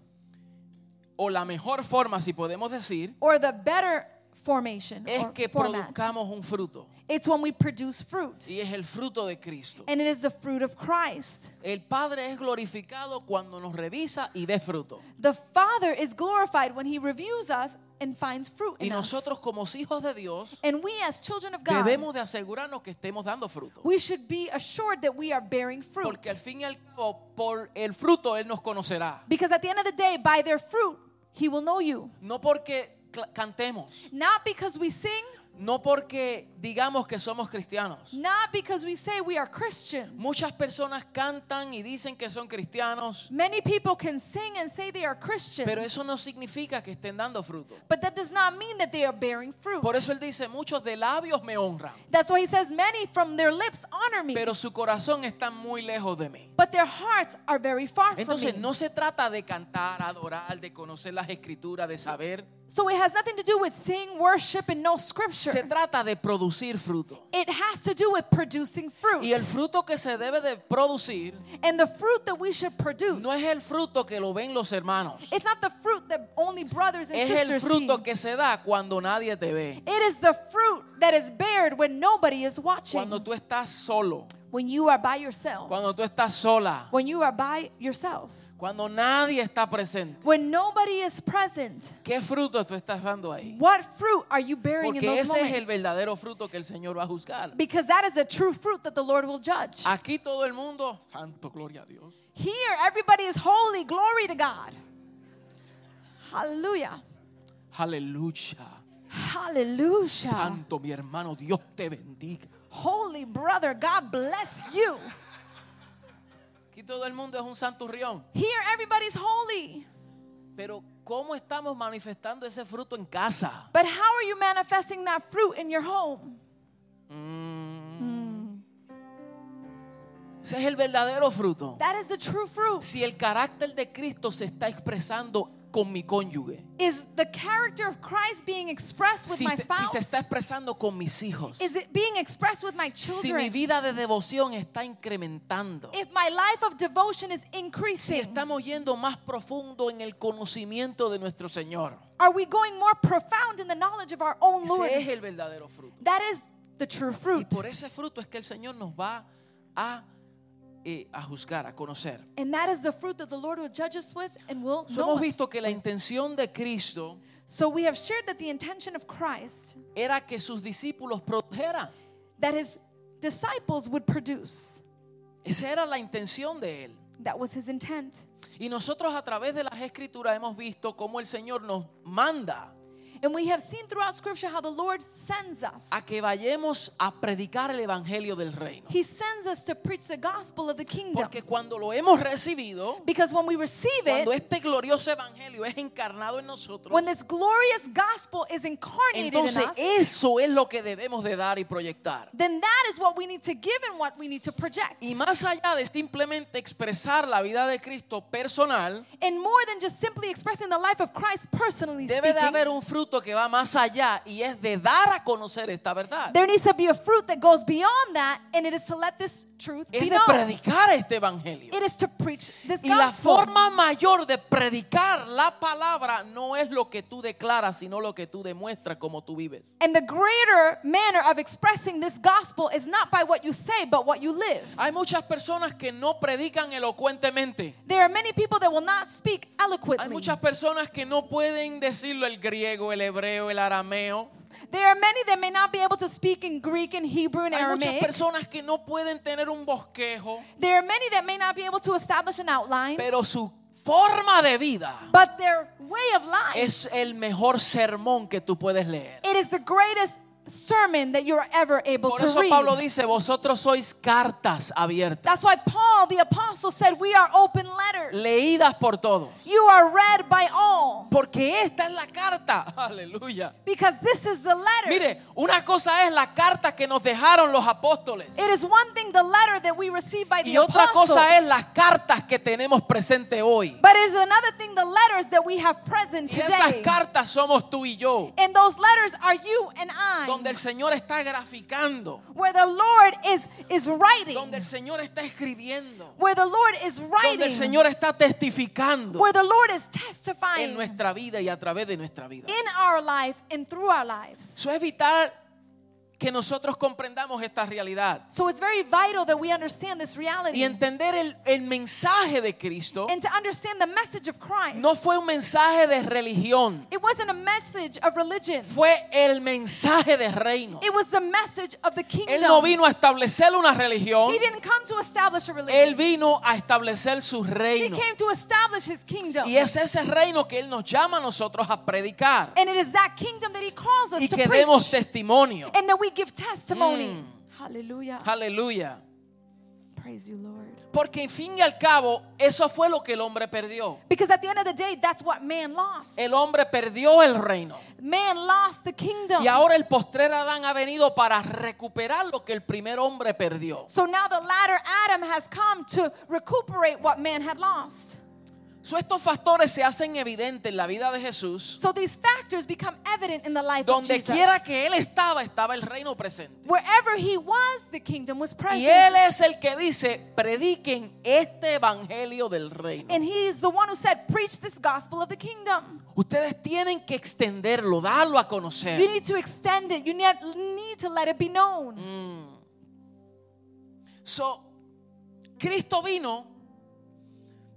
o la mejor forma, si podemos decir, or the better formation es or que format, produzcamos un fruto. it's when we produce fruit. Y es el fruto de Cristo. And it is the fruit of Christ. El Padre es glorificado cuando nos revisa y ve fruto. The Father is glorified when He reviews us and finds fruit Y in nosotros us. como hijos de Dios And we, as children of God, debemos de asegurarnos que estemos dando fruto. we should be assured that we are bearing fruit. Porque al fin y al cabo, por el fruto Él nos conocerá. Because at the end of the day, by their fruit, He will know you. No porque cla- cantemos, Not because we sing, no porque digamos que somos cristianos. not because we say we are Christian. Muchas personas cantan y dicen que son cristianos, Many people can sing and say they are Christian, pero eso no significa que estén dando fruto. but that does not mean that they are bearing fruit. Por eso Él dice, muchos de labios me honran, That's why He says, Many from their lips honor me, pero su corazón está muy lejos de mí. but their hearts are very far from me. Entonces no se trata de cantar, adorar, de conocer las escrituras, de saber. So it has nothing to do with sing, worship, and no scripture. Se trata de producir fruto. It has to do with producing fruit. Y el fruto que se debe de producir and the fruit that we should produce. no es el fruto que lo ven los hermanos. it's not the fruit that only brothers and Es el sisters fruto see. que se da cuando nadie te ve. It is the fruit that is bared when nobody is watching. Cuando tú estás solo, when you are by yourself. cuando tú estás sola, when you are by yourself. cuando nadie está presente. When nobody is present. ¿Qué fruto tú estás dando ahí? What fruit are you bearing in Porque those ese es el moments? verdadero fruto que el Señor va a juzgar. because that is the true fruit that the Lord will judge. Aquí todo el mundo, santo gloria a Dios. Here, everybody is holy. Glory to God. Hallelujah. Aleluya. Hallelujah. Santo, mi hermano, Dios te bendiga. Holy brother, God bless you. Aquí todo el mundo es un santurrión. Here everybody's holy. Pero ¿cómo estamos manifestando ese fruto en casa? But how are you manifesting that fruit in your home? Ese es el verdadero fruto. That is the true fruit. Si el carácter de Cristo se está expresando con mi cónyuge, Is the character of Christ being expressed with si, my te- si se está spouse? expresando con mis hijos, Is it being expressed with my si mi children? vida de devoción está incrementando, If my life of devotion is si increasing, estamos yendo más profundo en el conocimiento de nuestro Señor, are we going more profound in the knowledge of our own Lord? ese es el verdadero fruto. That is the true Y fruit. por ese fruto es que el Señor nos va a, eh, a juzgar, a conocer. And that is the fruit that the Lord will judge us with and will So, know hemos us. visto que la intención de Cristo So we have shared that the intention of Christ era que sus discípulos produjeran. that his disciples would produce. Esa era la intención de Él. That was his intent. Y nosotros a través de las escrituras hemos visto cómo el Señor nos manda And we have seen throughout scripture how the Lord sends us. a que vayamos a predicar el Evangelio del Reino. He sends us to preach the gospel of the kingdom. Porque cuando lo hemos recibido, Because when we receive cuando it, este glorioso Evangelio es encarnado en nosotros, when this glorious gospel is incarnated in entonces us, eso es lo que debemos de dar y proyectar. then that is what we need to give and what we need to project. Y más allá de simplemente expresar la vida de Cristo personal, And more than just simply expressing the life of Christ personally debe de haber speaking, un fruto que va más allá y es de dar a conocer esta verdad. there needs to be a fruit that goes beyond that, and it is to let this truth Es be de known. predicar este evangelio. It is to preach this Y la gospel. forma mayor de predicar la palabra no es lo que tú declaras, sino lo que tú demuestras como tú vives. And the greater manner of expressing this gospel is not by what you say, but what you live. Hay muchas personas que no predican elocuentemente. There are many people that will not speak Hay eloquently. muchas personas que no pueden decirlo el griego, el hebreo, el arameo. There are many that may not be able to speak in Greek and Hebrew and Hay muchas Aramaic. personas que no pueden tener un bosquejo. There are many that may not be able to establish an outline, Pero su forma de vida but their way of life, es el mejor sermón que tú puedes leer. it is the greatest sermon that you're ever able Por to eso Pablo read. dice, vosotros sois cartas abiertas, That's why Paul the apostle said, "We are open letters. leídas por todos, You are read by all. Porque esta es la carta. *laughs* Aleluya. Because this is the letter. Mire, una cosa es la carta que nos dejaron los apóstoles. it is one thing the letter that we receive by the Y otra apostles. cosa es las cartas que tenemos presente hoy. but it is another thing the letters that we have present Y esas today. cartas somos tú y yo. and those letters are you and I. Donde el Señor está graficando. where the Lord is is writing. Donde el Señor está escribiendo. where the Lord is writing. Donde el Señor está testificando where the Lord is en testifying nuestra vida y a través de nuestra vida. in our life and through our lives. Eso es evitar que nosotros comprendamos esta realidad So it's very vital that we understand this reality y entender el, el mensaje de Cristo. and to understand the message of Christ. Oh. No fue un mensaje de religión, it wasn't a message of religion. fue el mensaje de reino. It was the message of the kingdom. Él no vino a establecer una religión, he didn't come to establish a religion. él vino a establecer su he reino. came to establish his kingdom. Y es ese reino que él nos llama a nosotros a predicar and it is that kingdom that he calls us y to que preach. demos testimonio. and that we give testimony. Mm. Hallelujah. Aleluya. Praise you, Lord. Porque en fin y al cabo, eso fue lo que el hombre perdió. Because at the end of the day, that's what man lost. El hombre perdió el reino. man lost the kingdom. Y ahora el postrer Adán ha venido para recuperar lo que el primer hombre perdió. so now the latter Adam has come to recuperate what man had lost. So, estos factores se hacen evidentes en la vida de Jesús. So these factors become evident in the life of Donde Jesus. quiera que él estaba, estaba el reino presente. Wherever he was, the kingdom was present. Y él es el que dice, prediquen este evangelio del reino. And he is the one who said, Preach this gospel of the kingdom. Ustedes tienen que extenderlo, darlo a conocer. You need to extend it, you need, need to let it be known. Mm. So, Cristo vino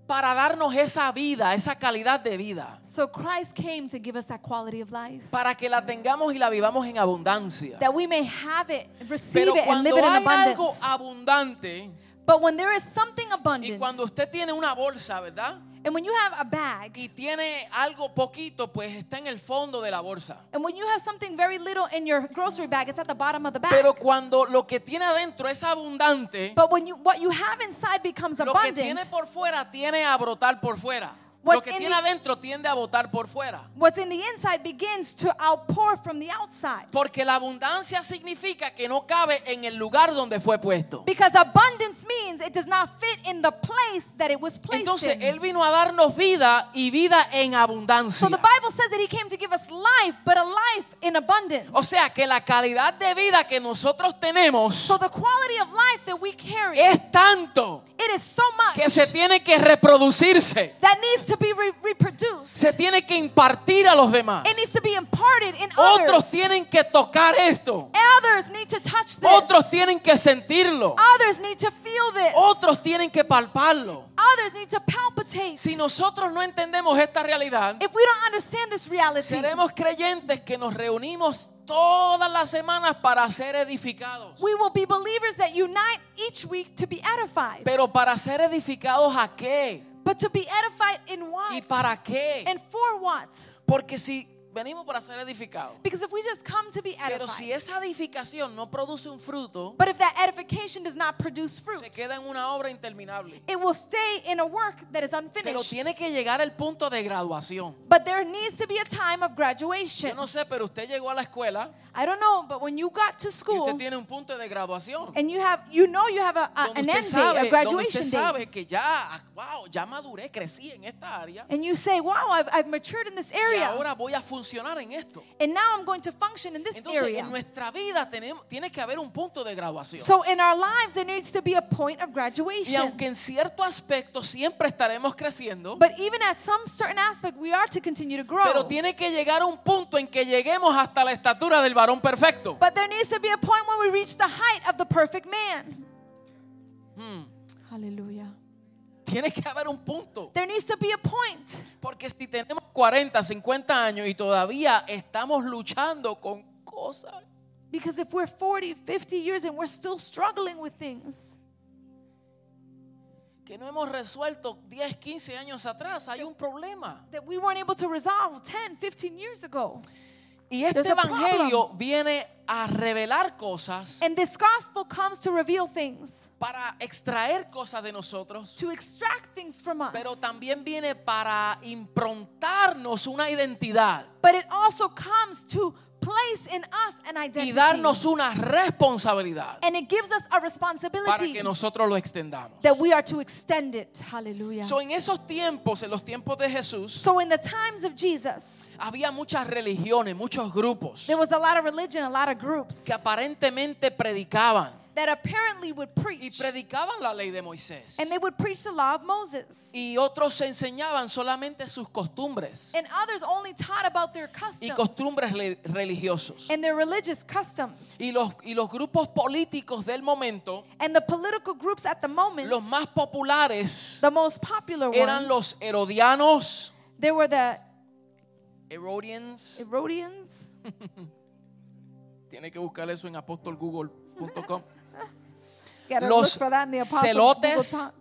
para darnos esa vida, esa calidad de vida, So Christ came to give us that quality of life, para que la tengamos y la vivamos en abundancia. that we may have it, receive Pero it, and cuando live it in hay abundance. algo abundante but when there is something y abundant, cuando usted tiene una bolsa, ¿verdad? and when you have a bag, Y tiene algo poquito, pues está en el fondo de la bolsa. and when you have something very little in your grocery bag, it's at the bottom of the bag. Pero cuando lo que tiene adentro es abundante, but when you what you have inside becomes lo que tiene abundant, por fuera tiene a brotar por fuera. Lo What's que in tiene the- adentro tiende a botar por fuera. what's in the inside begins to outpour from the outside. Porque la abundancia significa que no cabe en el lugar donde fue puesto. Because abundance means it does not fit in the place that it was placed Entonces in. Él vino a darnos vida y vida en abundancia. so the Bible says that he came to give us life, but a life in abundance. O sea que la calidad de vida que nosotros tenemos so the quality of life that we carry, es tanto it is so much que se tiene que reproducirse, that needs to be re- reproduced. se tiene que impartir a los demás. It needs to be imparted in Otros others. tienen que tocar esto, Others need to touch this. otros tienen que sentirlo, Others need to feel this. otros tienen que palparlo. Others need to palpitate. Si nosotros no entendemos esta realidad, if we don't understand this reality, seremos creyentes que nos reunimos todas las semanas para ser edificados. we will be believers that unite each week to be edified. Pero para ser edificados a qué? but to be edified in what? ¿Y para qué? And for what? Porque si venimos para ser edificados, Because if we just come to be pero edified, si esa edificación no produce un fruto, but if that edification does not produce fruit, se queda en una obra interminable. it will stay in a work that is Pero unfinished. tiene que llegar al punto de graduación. But there needs to be a time of graduation. Yo no sé, pero usted llegó a la escuela I don't know, but when you got to y usted school tiene un punto de graduación. and you have, you know, you have a, a- Donde Ah, an usted end date, sabe, a donde usted graduation date. sabe que ya, ah, wow, ya maduré, crecí en esta área And you say, wow, I've, I've matured in this y area. ahora voy a funcionar en esto. And now I'm going to function in this Entonces, area. en nuestra vida tenemos, tiene que haber un punto de graduación. So in our lives, there needs to be a point of y graduation. aunque en cierto aspecto siempre estaremos creciendo, But even at some certain aspect, we are to continue to grow. pero tiene que llegar un punto en que lleguemos hasta la estatura del varón perfecto. But there needs to be a point when we reach the height of the perfect man. Hmm. Hallelujah. Tiene que haber un punto. There needs to be a point. Porque si tenemos 40, 50 años y todavía estamos luchando con cosas, Because if we're 40, 50 years and we're still struggling with things que no hemos resuelto 10, 15 años atrás, hay un problema. that we weren't able to resolve 10, 15 years ago. Y este There's a problem. evangelio viene a revelar cosas And this gospel comes to reveal things, para extraer cosas de nosotros, to extract things from us. pero también viene para improntarnos una identidad But it also comes to place in us an y identity. darnos una responsabilidad And it gives us a para responsibility que nosotros lo extendamos. that we are to extend it. Hallelujah. So, en esos tiempos, en los tiempos de Jesús, So in the times of Jesus, había muchas religiones, muchos grupos there was a lot of religion, a lot of groups que aparentemente predicaban that apparently would y preach. predicaban la ley de Moisés. And they would preach the law of Moses. Y otros enseñaban solamente sus costumbres And others only taught about their y customs costumbres le- religiosos. and their religious customs. Y los, y los grupos políticos del momento, And the political groups at the moment, los más populares, the most popular ones, eran los herodianos, there were the Herodians, Herodians. tiene que buscar eso en apostolgoogle.com, Gotta look Los for that in the celotes. apostles.google.com.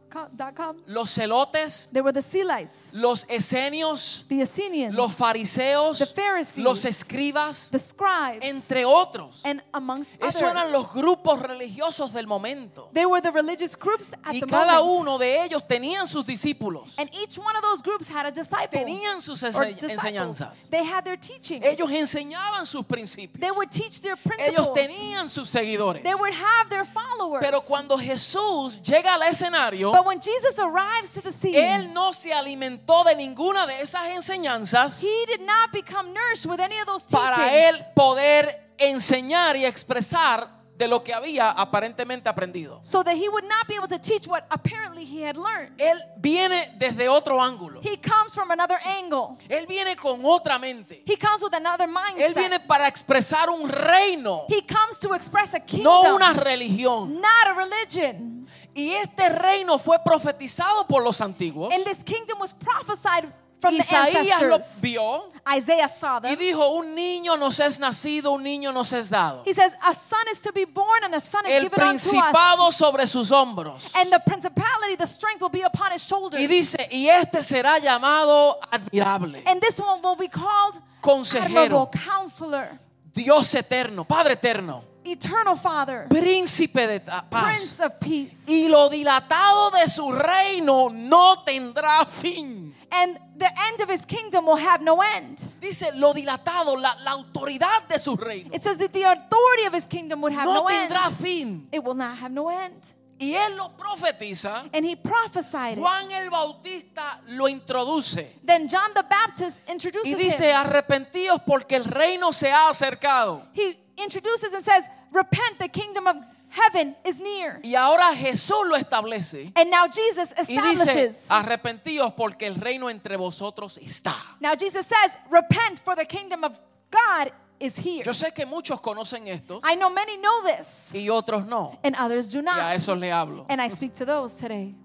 los celotes, There were the Selites, los esenios, the Essenians, los The fariseos, Pharisees. los escribas, the scribes, entre otros. and amongst others. Esos eran los grupos religiosos del momento. They were the religious groups at Y the cada moment. uno de ellos tenían sus discípulos, And each one of those groups had a disciple. tenían sus or ense- disciples. enseñanzas. They had their teachings. Ellos enseñaban sus principios. they would teach their Ellos principles. tenían sus seguidores. they would have their followers. Pero cuando Jesús llega al escenario, but when Jesus arrives to the scene, él no se alimentó de ninguna de esas enseñanzas he did not become nourished with any of those teachings. para él poder enseñar y expresar de lo que había aparentemente aprendido. so that he would not be able to teach what apparently he had learned. Él viene desde otro ángulo. He comes from another angle. Él viene con otra mente. He comes with another Él mindset. viene para expresar un reino, he comes to express a kingdom, no una religión. not a religion. Y este reino fue profetizado por los antiguos. And this kingdom was prophesied from the Isaías lo ancestors. vio Isaiah saw y them. dijo, un niño nos es nacido, un niño nos es dado. He says, A son is to be born, and a son is El given unto us. principado sobre sus hombros. And the principality, the strength will be upon his shoulders. Y dice, y este será llamado admirable, and this one will be called Consejero. Admirable Counselor, Dios eterno, Padre eterno, Eternal Father, príncipe de ta- Prince paz. of Peace. Y lo dilatado de su reino no tendrá fin. and the end of his kingdom will have no end. Dice lo dilatado, la, la autoridad de su reino. It says that the authority of his kingdom would have No no end. tendrá fin. It will not have no end. Y él lo profetiza. And he prophesied it. Juan el Bautista lo introduce. Then John the Baptist Y introduces dice, him. arrepentíos porque el reino se ha acercado. He introduces and says, Repent, the kingdom of heaven is near. Y ahora Jesús lo establece. And now Jesus Y dice, "Ah, establishes. arrepentíos porque el reino entre vosotros está. Now Jesus says, Repent, for the kingdom of God is here. Yo sé que muchos conocen esto I know many know this, y otros no. and others do Y a not. esos le hablo. And I speak to those today.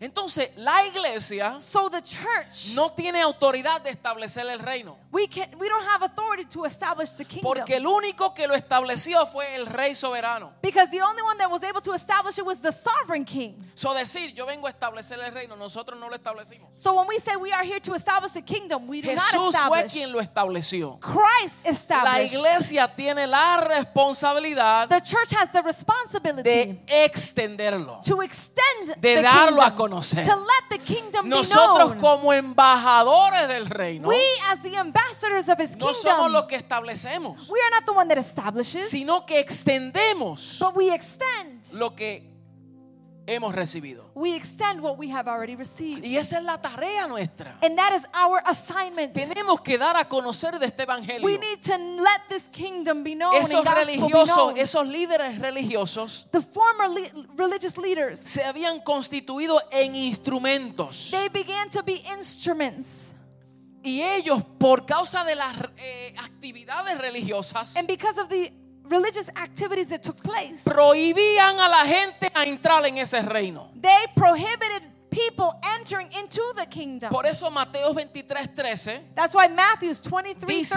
Entonces, la iglesia So the church, no tiene autoridad de establecer el reino. we can we don't have authority to establish the kingdom. Porque el único que lo estableció fue el rey soberano. Because the only one that was able to establish it was the sovereign king. So decir, yo vengo a establecer el reino, nosotros no lo establecimos. So when we say we are here to establish the kingdom, we do Jesús not fue establish. quien lo estableció. Christ La established. iglesia tiene la responsabilidad the church has the responsibility de extenderlo. to extend de the darlo kingdom, a conocer. to let the kingdom Nosotros be known. como embajadores del reino, we as the ambassadors of his no somos kingdom, los que establecemos, we are not the one that establishes, sino que extendemos but we extend. lo que hemos recibido. We extend what we have already received. Y esa es la tarea nuestra. And that is our assignment. Tenemos que dar a conocer de este evangelio. We need to let this kingdom be known Esos and gospel be religiosos, known. esos líderes religiosos the former le- religious leaders, se habían constituido en instrumentos they began to be instruments. y ellos por causa de las eh, actividades religiosas And because of the religious activities that took place, prohibían a la gente a entrar en ese reino. they prohibited people entering into to the kingdom. Por eso Mateo 23, 13 That's why Matthew's 23 dice,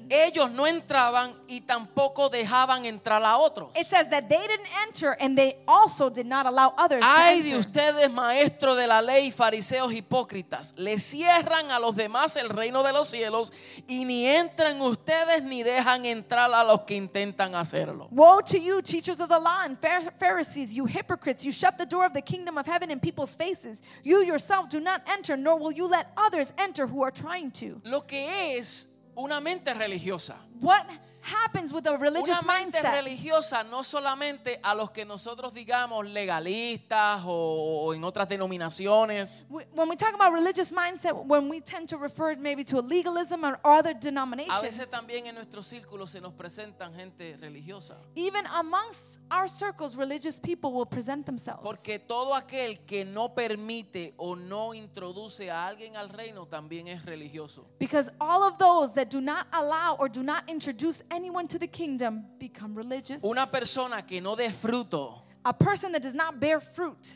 13, ellos no entraban y tampoco dejaban entrar a otros. it says that they didn't enter and they also did not allow others Ay to de enter. ustedes, maestros de la ley, fariseos hipócritas, le cierran a los demás el reino de los cielos y ni entran ustedes ni dejan entrar a los que intentan hacerlo. Woe to you, teachers of the law and Phar- Pharisees, you hypocrites! You shut the door of the kingdom of heaven in people's faces. You yourself do not enter, nor will you let others enter who are trying to. Lo que es una mente religiosa. What happens with a religious Una mente mindset? religiosa no solamente a los que nosotros digamos legalistas o, o en otras denominaciones, We- When we talk about religious mindset, when we tend to refer maybe to a legalism or other a denominations, veces también en nuestros círculos se nos presentan gente religiosa. even amongst our circles, religious people will present themselves. Porque todo aquel que no permite o no introduce a alguien al reino también es religioso. Because all of those that do not allow or do not introduce anyone to the kingdom become religious. Una persona que no dé fruto, A person that does not bear fruit,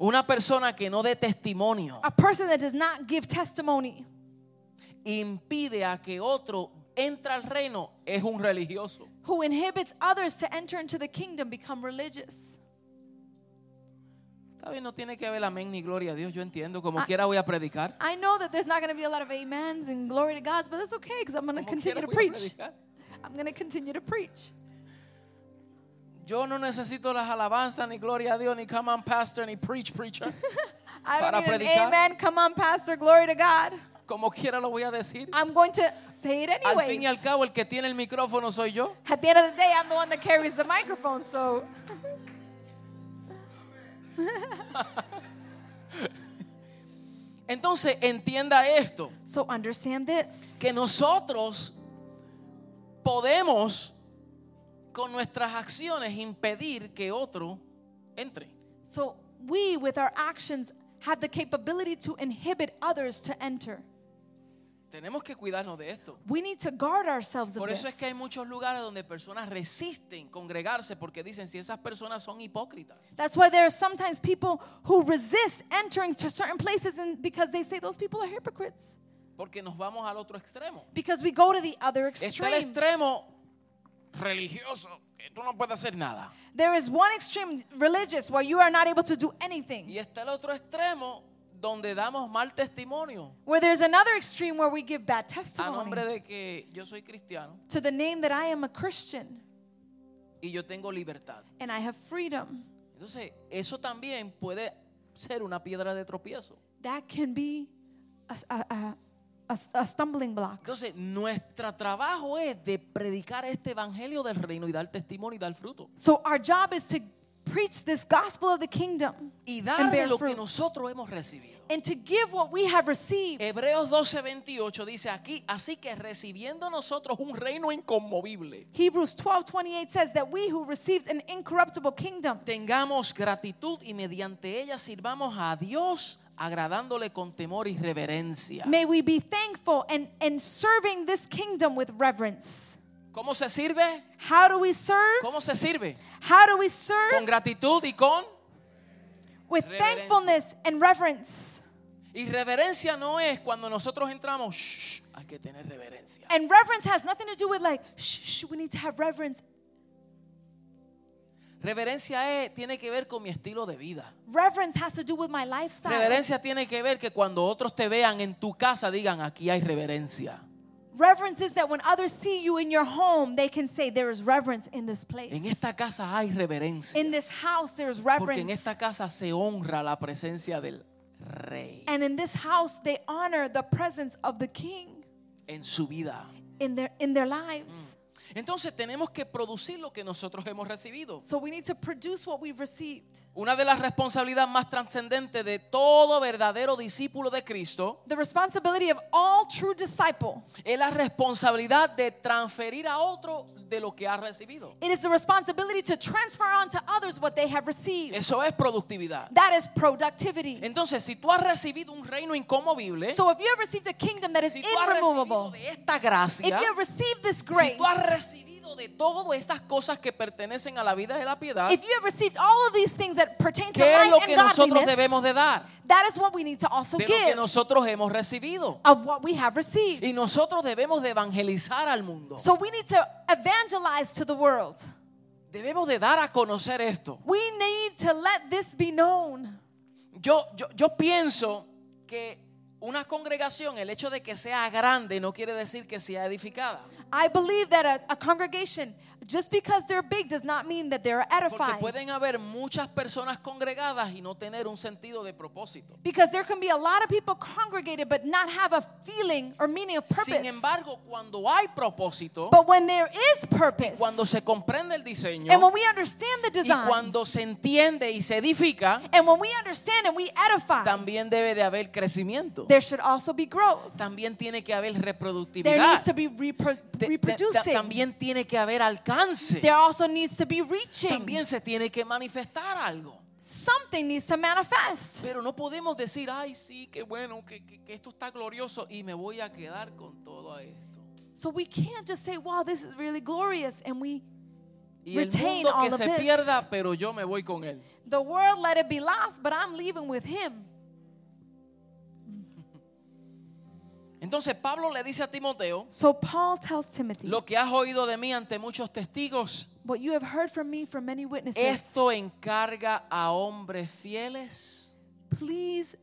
una persona que no dé testimonio, a person that does not give testimony, impide a que otro entre al reino, es un religioso. who inhibits others to enter into the kingdom become religious. Está bien, no tiene que haber amén ni gloria a Dios, yo entiendo, como Ah. quiera voy a predicar. I know that there's not going to be a lot of amens and glory to God's, but that's okay because I'm going to Como continue quiera to voy a preach. predicar. I'm going to continue to preach. Yo no necesito las alabanzas, ni gloria a Dios, ni come on pastor, ni *laughs* preach preacher. I don't Para need predicar. an amen. Come on, pastor. Glory to God. Como quiera lo voy a decir. I'm going to say it Al fin y al anyways. cabo, el que tiene el micrófono soy yo. At the end of the day, I'm the one that carries the microphone, so Entonces entienda esto, so understand this. que nosotros podemos con nuestras acciones impedir que otro entre. So we, with our actions, have the capability to inhibit others to enter. Tenemos que cuidarnos de esto. We need to guard ourselves of Por eso es this. que hay muchos lugares donde personas resisten congregarse porque dicen si esas personas son hipócritas. That's why there are sometimes people who resist entering to certain places and because they say those people are hypocrites. Porque nos vamos al otro extremo. Because we go to the other Está el extreme. extremo religioso, que tú no puedes hacer nada. There is one extreme religious where you are not able to do anything. Y está el otro extremo donde damos mal testimonio. Where there's another extreme where we give bad A nombre testimony de que yo soy cristiano to the name that I am a Christian y yo tengo libertad. and I have freedom. Entonces, eso también puede ser una piedra de tropiezo. That can be a, a- a- a- a stumbling block. Entonces, nuestro trabajo es de predicar este evangelio del reino y dar testimonio y dar fruto. So our job is to preach this gospel of the kingdom Y and darle bear lo que fruit nosotros hemos recibido. and to give what we have received. Hebreos 12, 28 dice aquí, así que recibiendo nosotros un reino inconmovible, Hebrews 12 28 says that we who received an incorruptible kingdom tengamos gratitud y mediante ella sirvamos a Dios agradándole con temor y reverencia. May we be thankful and, and serving this kingdom with reverence. ¿Cómo se sirve? How do we serve? ¿Cómo se sirve? How do we Con serve? gratitud y con With Reverencia. thankfulness and reverence. y reverencia no es cuando nosotros entramos, shh, hay que tener reverencia. And reverence has nothing to do with like, shh, shh, we need to have reverence. Reverencia es, tiene que ver con mi estilo de vida. Reverence has to do with my lifestyle. Reverencia tiene que ver que cuando otros te vean en tu casa digan, aquí hay reverencia. Reverence is that when others see you in your home, they can say, there is reverence in this place. En esta casa hay reverencia. in this house, there is Porque reverence. en esta casa se honra la presencia del rey and in this house, they honor the presence of the king en su vida. in their, in their lives. Mm. Entonces tenemos que producir lo que nosotros hemos recibido. So we need to produce what we've received. Una de las responsabilidades más trascendentes de todo verdadero discípulo de Cristo The responsibility of all true disciple. es la responsabilidad de transferir a otro de lo que ha recibido. It is the responsibility to transfer on to others what they have received. Eso es productividad. That is productivity. Entonces, si tú has recibido un reino inconmovible, So if you have received a kingdom that is si tú has recibido irremovable, de esta if gracia, you have received this si grace, tú has recibido recibido de todas estas cosas que pertenecen a la vida de la piedad, If you have received all of these things that pertain to Ah. ¿qué es lo life que and nosotros godliness, debemos de dar? that is what we need to also De lo que give nosotros hemos recibido. of what we have received. Y nosotros debemos de evangelizar al mundo. So we need to evangelize to the world. Debemos de dar a conocer esto. We need to let this be known. Yo, yo, yo pienso que una congregación, el hecho de que sea grande no quiere decir que sea edificada. I believe that a, a congregation, just because they're big, does not mean that they're Porque edifying. pueden haber muchas personas congregadas y no tener un sentido de propósito. Because there can be a lot of people congregated but not have a feeling or meaning of Sin purpose. embargo, cuando hay propósito, But when there is purpose, cuando se comprende el diseño and when we understand the y design, cuando se entiende y se edifica, and when we understand and we edify, también debe de haber crecimiento. Ah. there should also be growth. También tiene que haber There reproductividad. needs to be repro- Te- te- ta- reproducing. también tiene que haber alcance. There also needs to be reaching. También se tiene que manifestar algo. Something needs to manifest. Pero no podemos decir, ay, sí, qué bueno, que, que- que esto está glorioso y me voy a quedar con todo esto. So we can't just say, wow, this is really glorious, and we Y el Retain mundo all que of se this. pierda, pero yo me voy con él. The world let it be lost, but I'm leaving with him. Entonces Pablo le dice a Timoteo, So Paul tells Timothy, lo que has oído de mí ante muchos testigos, what you have heard from me from many witnesses, esto encarga a hombres fieles please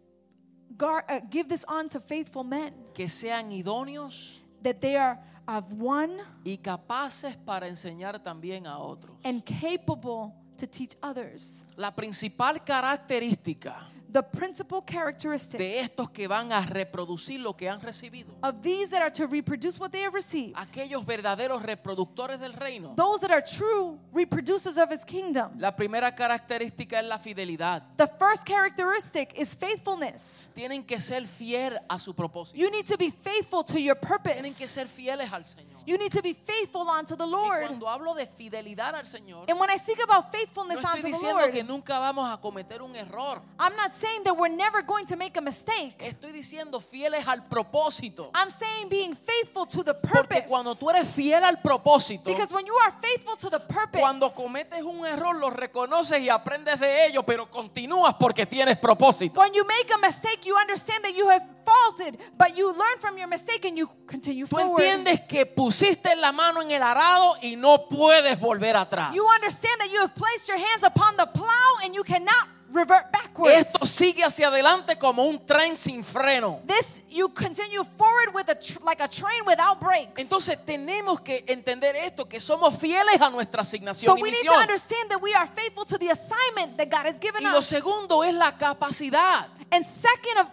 guard, uh, give this on to faithful men, que sean idóneos that they are of one y capaces para enseñar también a otros. and capable to teach others. La principal característica The principal characteristic de estos que van a reproducir lo que han recibido, of these that are to reproduce what they have received, aquellos verdaderos reproductores del reino, those that are true reproducers of his kingdom. la primera característica es la fidelidad. The first characteristic is faithfulness. Tienen que ser fiel a su propósito. You need to be faithful to your Tienen que purpose. ser fieles al Señor. You need to be faithful unto the Y Lord. cuando hablo de fidelidad al Señor, And when I speak about no faithfulness estoy unto the diciendo que Lord, nunca vamos a cometer un error. I'm not saying that we're never going to make a mistake. Estoy diciendo fieles al propósito. I'm saying being faithful to the Porque purpose. cuando tú eres fiel al propósito, Because when you are faithful to the purpose, Cuando cometes un error, lo reconoces y aprendes de ello, pero continúas porque tienes propósito. when you make a mistake, you understand that you have faulted, but you learn from your mistake and you continue Tú forward. entiendes que pusiste la mano en el arado y no puedes volver atrás. You understand that you have placed your hands upon the plow and you cannot revert backwards. Esto sigue hacia adelante como un tren sin freno. This you continue forward with a tr- like a train without brakes. Entonces tenemos que entender esto, que somos fieles a nuestra So asignación y we need to misión. understand that we are faithful to the assignment that God has given Y lo us. segundo es la capacidad. And second of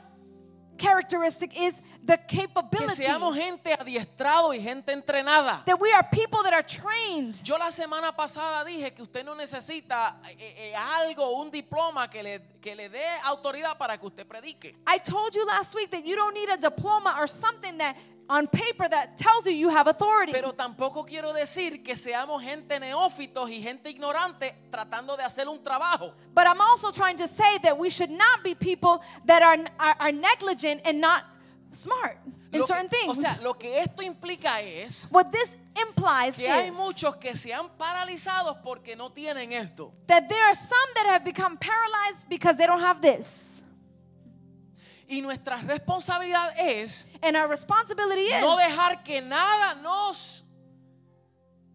characteristic is the Que capability seamos gente adiestrado y gente entrenada. that we are people that are trained. Yo la semana pasada dije que usted no necesita eh, eh, algo, un diploma que le, que le dé autoridad para que usted predique. I told you last week that you don't need a diploma or something that on paper that tells you you have authority. Pero tampoco quiero decir que seamos gente neófitos y gente ignorante tratando de hacer un trabajo. but I'm also trying to say that we should not be people that are are, are negligent and not smart in Lo que- certain o things. sea, lo que esto implica es what this implies que hay is muchos que se han paralizados porque no tienen esto. that there are some that have become paralyzed because they don't have this. Y nuestra responsabilidad es And our responsibility is no dejar que nada nos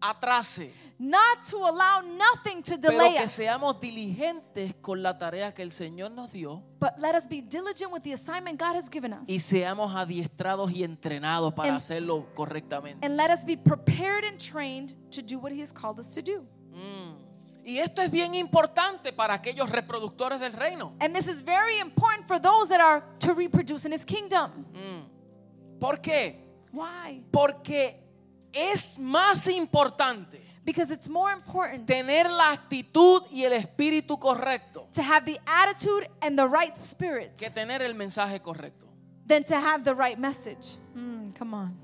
atrase. not to allow nothing to Pero delay que us. seamos diligentes con la tarea que el Señor nos dio But let us be diligent with the assignment God has given us. y seamos adiestrados y entrenados para En- hacerlo correctamente. And let us be prepared and trained to do what He has called us to do. Y esto es bien importante para aquellos reproductores del reino. And this is very important for those that are to reproduce in His kingdom. Mm. ¿Por qué? Why? Porque es más importante Because it's more important tener la actitud y el espíritu correcto to have the attitude and the right spirit que tener el mensaje correcto. than to have the right message. Mm, come on.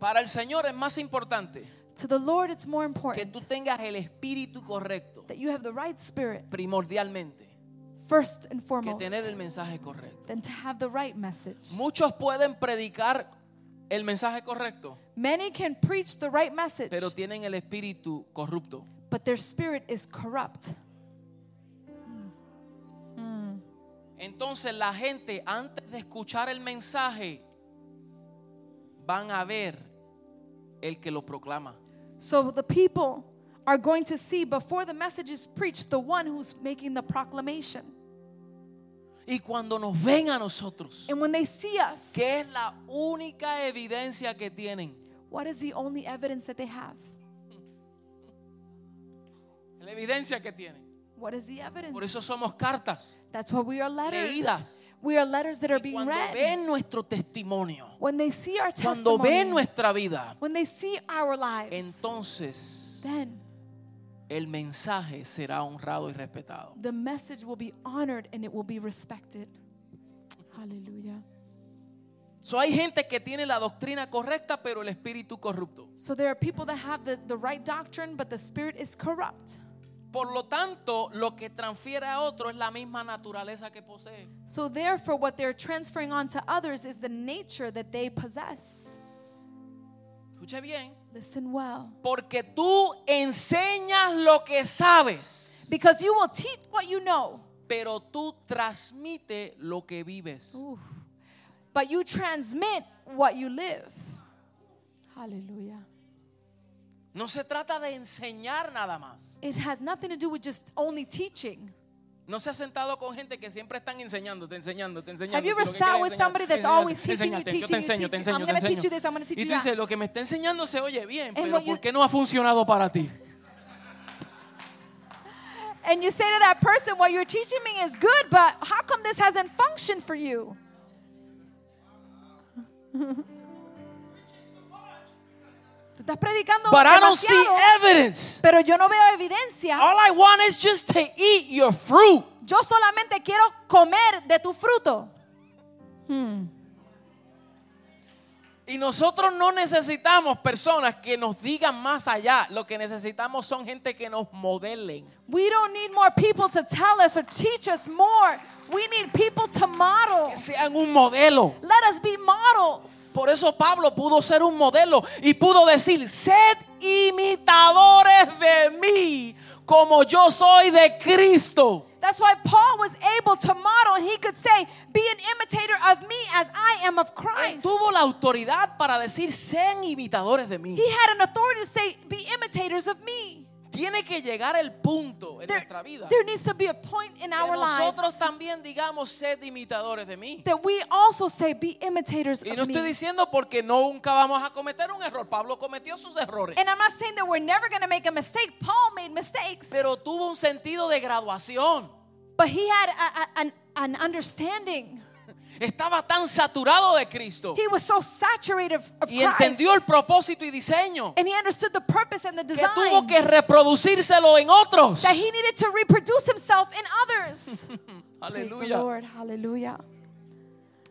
Para el Señor es más importante To the Lord, it's more que tú important tengas el espíritu correcto that you have the right spirit primordialmente first and que tener foremost el mensaje correcto. than to have the right message. Muchos pueden predicar el mensaje correcto, Many can preach the right message, pero tienen el espíritu corrupto. but their spirit is corrupt. Entonces la gente antes de escuchar el mensaje van a ver el que lo proclama. So the people are going to see before the message is preached the one who's making the proclamation. Y cuando nos ven a nosotros, And when they see us, que es la única evidencia que tienen, what is the only evidence that they have? la evidencia que tienen. What is the evidence? Por eso somos cartas. That's why we are letters. Leídas. We are letters that are Y being cuando read. ven nuestro testimonio, when they see our cuando ven testimony, nuestra vida, when they see our lives, entonces then el mensaje será honrado y respetado. the message will be honored and it will be respected. Hallelujah. So, hay gente que tiene la doctrina correcta, pero el espíritu corrupto. So there are people that have the, the right doctrine, but the spirit is corrupt. Por lo tanto, lo que transfiere a otro es la misma naturaleza que posee. So therefore, what they're transferring on to others is the nature that they possess. Escuche bien. Listen well. Porque tú enseñas lo que sabes, Because you will teach what you know, pero tú transmites lo que vives. but you transmit what you live. Hallelujah. No se trata de enseñar nada más. It has nothing to do with just only teaching. No se ha sentado con gente que siempre están enseñándote, enseñándote, enseñándote. Have you ever lo que sat quieres with enseñar, somebody that's enseñarte, always teaching you, enseñarte, teaching Yo you, te enseño, te teaching you. enseño, I'm te gonna teach enseño. you this, I'm gonna teach Y you tú that. dices, lo que me está enseñando se oye bien, pero what ¿por you- qué no ha funcionado para ti? And you say to that person, What you're teaching me is good, but how come this hasn't functioned for you? Tú estás predicando But I don't see demasiado, evidence. pero yo no veo evidencia. All I want is just to eat your fruit. Yo solamente quiero comer de tu fruto. Y nosotros no necesitamos personas que nos digan más allá. Lo que necesitamos son gente que nos modelen. We don't need more people to tell us or teach us more. We need people to model. Que sean un modelo. Let us be models. Por eso Pablo pudo ser un modelo y pudo decir, sed imitadores de mí como yo soy de Cristo. That's why Paul was able to model. He could say, Be an imitator of me as I am of Él Christ. tuvo la autoridad para decir, sean imitadores de mí. He had an authority to say, Be imitators of me. Tiene que llegar el punto en There, nuestra vida. there needs to be a point in Que our nosotros lives también digamos, sed imitadores de mí. that we also say, Be imitators Y no of estoy me. diciendo porque nunca vamos a cometer un error. Pablo cometió sus errores. And I'm not saying that we're never going to make a mistake. Paul made mistakes, Pero tuvo un sentido de graduación. but he had a- a- an, an understanding. Estaba tan saturado de Cristo. He was so saturated of, of Y Christ. entendió el propósito y diseño. And he understood the purpose and the Que tuvo que design reproducírselo en otros. that he needed to reproduce himself in others. Praise the Aleluya. Lord. Hallelujah.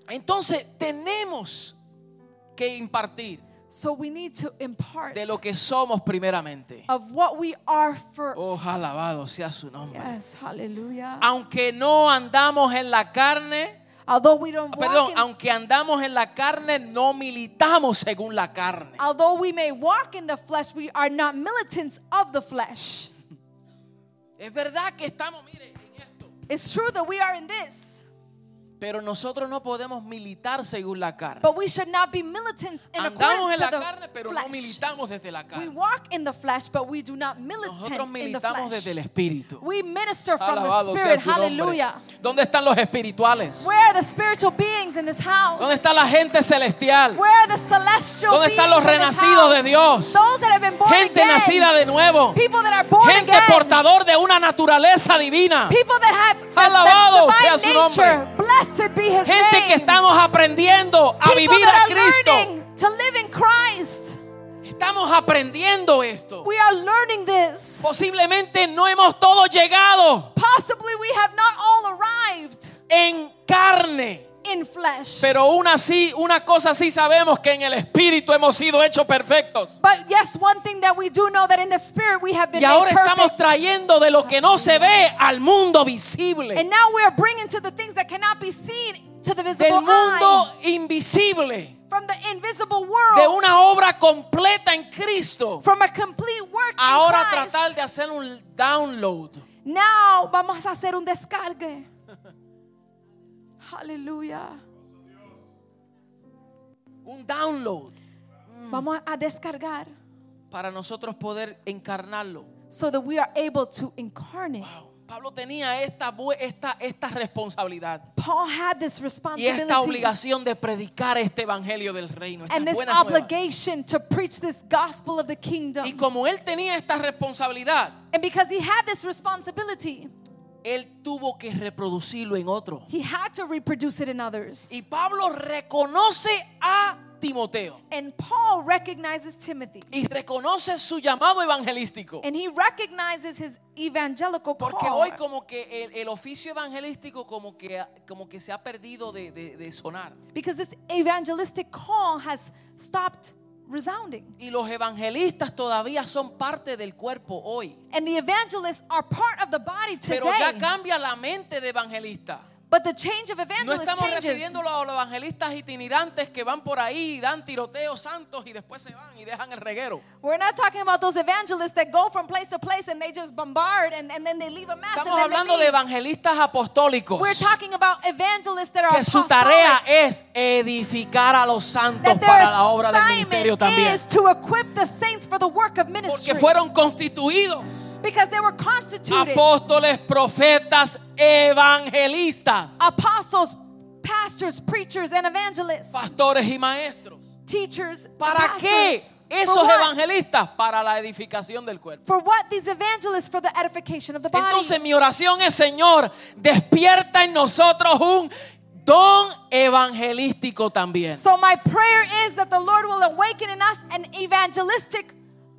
Entonces tenemos que impartir So we need to impart de lo que somos primeramente. of what we are first. Oh, Ah, alabado sea su nombre. Yes, hallelujah. Aunque no andamos en la carne, Although we don't Perdón, walk in, aunque andamos en la carne, no militamos según la carne. although we may walk in the flesh, we are not militants of the flesh. Es verdad que estamos, mire, en esto. It's true that we are in this, Pero nosotros no podemos militar según la carne. but we should not be militants in Andamos accordance en la to the carne, pero no flesh. militamos desde la we carne. walk in the flesh, but we do not Nosotros militant in the militamos flesh. desde el espíritu. We minister from Alabado the sea Spirit. su nombre. Hallelujah. ¿Dónde están los espirituales? Where are the spiritual beings in this house? ¿Dónde está la gente celestial? Where are the celestial ¿Dónde beings están los in this renacidos house? de Dios? Those that have been born Gente again. nacida de nuevo. People that are born Gente again. portador de una naturaleza divina. People that have have Alabado sea that divine su nature. nombre. Blessed be his Gente name. que estamos aprendiendo a People vivir that a are Cristo. learning to live in Christ. Estamos aprendiendo esto. We are learning this. Posiblemente no hemos todos llegado Possibly we have not all arrived en carne, in flesh. Pero una sí, una cosa sí sabemos que en el espíritu hemos sido hechos perfectos. but yes, one thing that we do know that in the spirit we have been Y ahora made estamos perfect. trayendo de lo que no se ve al mundo visible, and now we are bringing to the things that cannot be seen to the del visible eye mundo invisible, from the invisible world de una obra completa en Cristo. from a complete work Ahora in Christ. tratar de hacer un download. Now vamos a hacer un descargue. Aleluya. Un download Mm. Vamos a descargar para nosotros poder encarnarlo. so that we are able to incarnate. Wow. Pablo tenía esta, bu- esta, esta responsabilidad. Paul had this y esta responsibility obligación de predicar este evangelio del reino, estas and this buenas nuevas. obligation to preach this gospel of the kingdom. Y como él tenía esta responsabilidad, And because he had this responsibility, él tuvo que reproducirlo en otro. he had to reproduce it in others. Y Pablo reconoce a Timoteo And Paul recognizes Timothy. y reconoce su llamado evangelístico. And he recognizes his evangelical Porque hoy call. como que el, el oficio evangelístico como que, como que se ha perdido de, de- de sonar. Because this evangelistic call has stopped resounding. Y los evangelistas todavía son parte del cuerpo hoy. And the evangelists are part of the body Pero ya today. cambia la mente de evangelista. But the change of No evangelists estamos changes. refiriéndolo a los evangelistas itinerantes que van por ahí y dan tiroteos santos y después se van y dejan el reguero. We're not talking about those evangelists that go from place to place and they just bombard and, and then they leave a mass and Estamos then they hablando de leave. evangelistas apostólicos We're talking about evangelists that are que su apostolic. tarea es edificar a los santos that para la obra del their ministerio assignment también. is to equip the saints for the work of Porque ministry. fueron constituidos Because they were constituted apóstoles, profetas, evangelistas, apostles, pastors, preachers, and evangelists, pastores y maestros. teachers, ¿Para qué pastors. for esos what? evangelistas? Para la edificación del cuerpo. For what these evangelists for the edification of the body. Entonces mi oración es, Señor, despierta en nosotros un don evangelístico también. So my prayer is that the Lord will awaken in us an evangelistic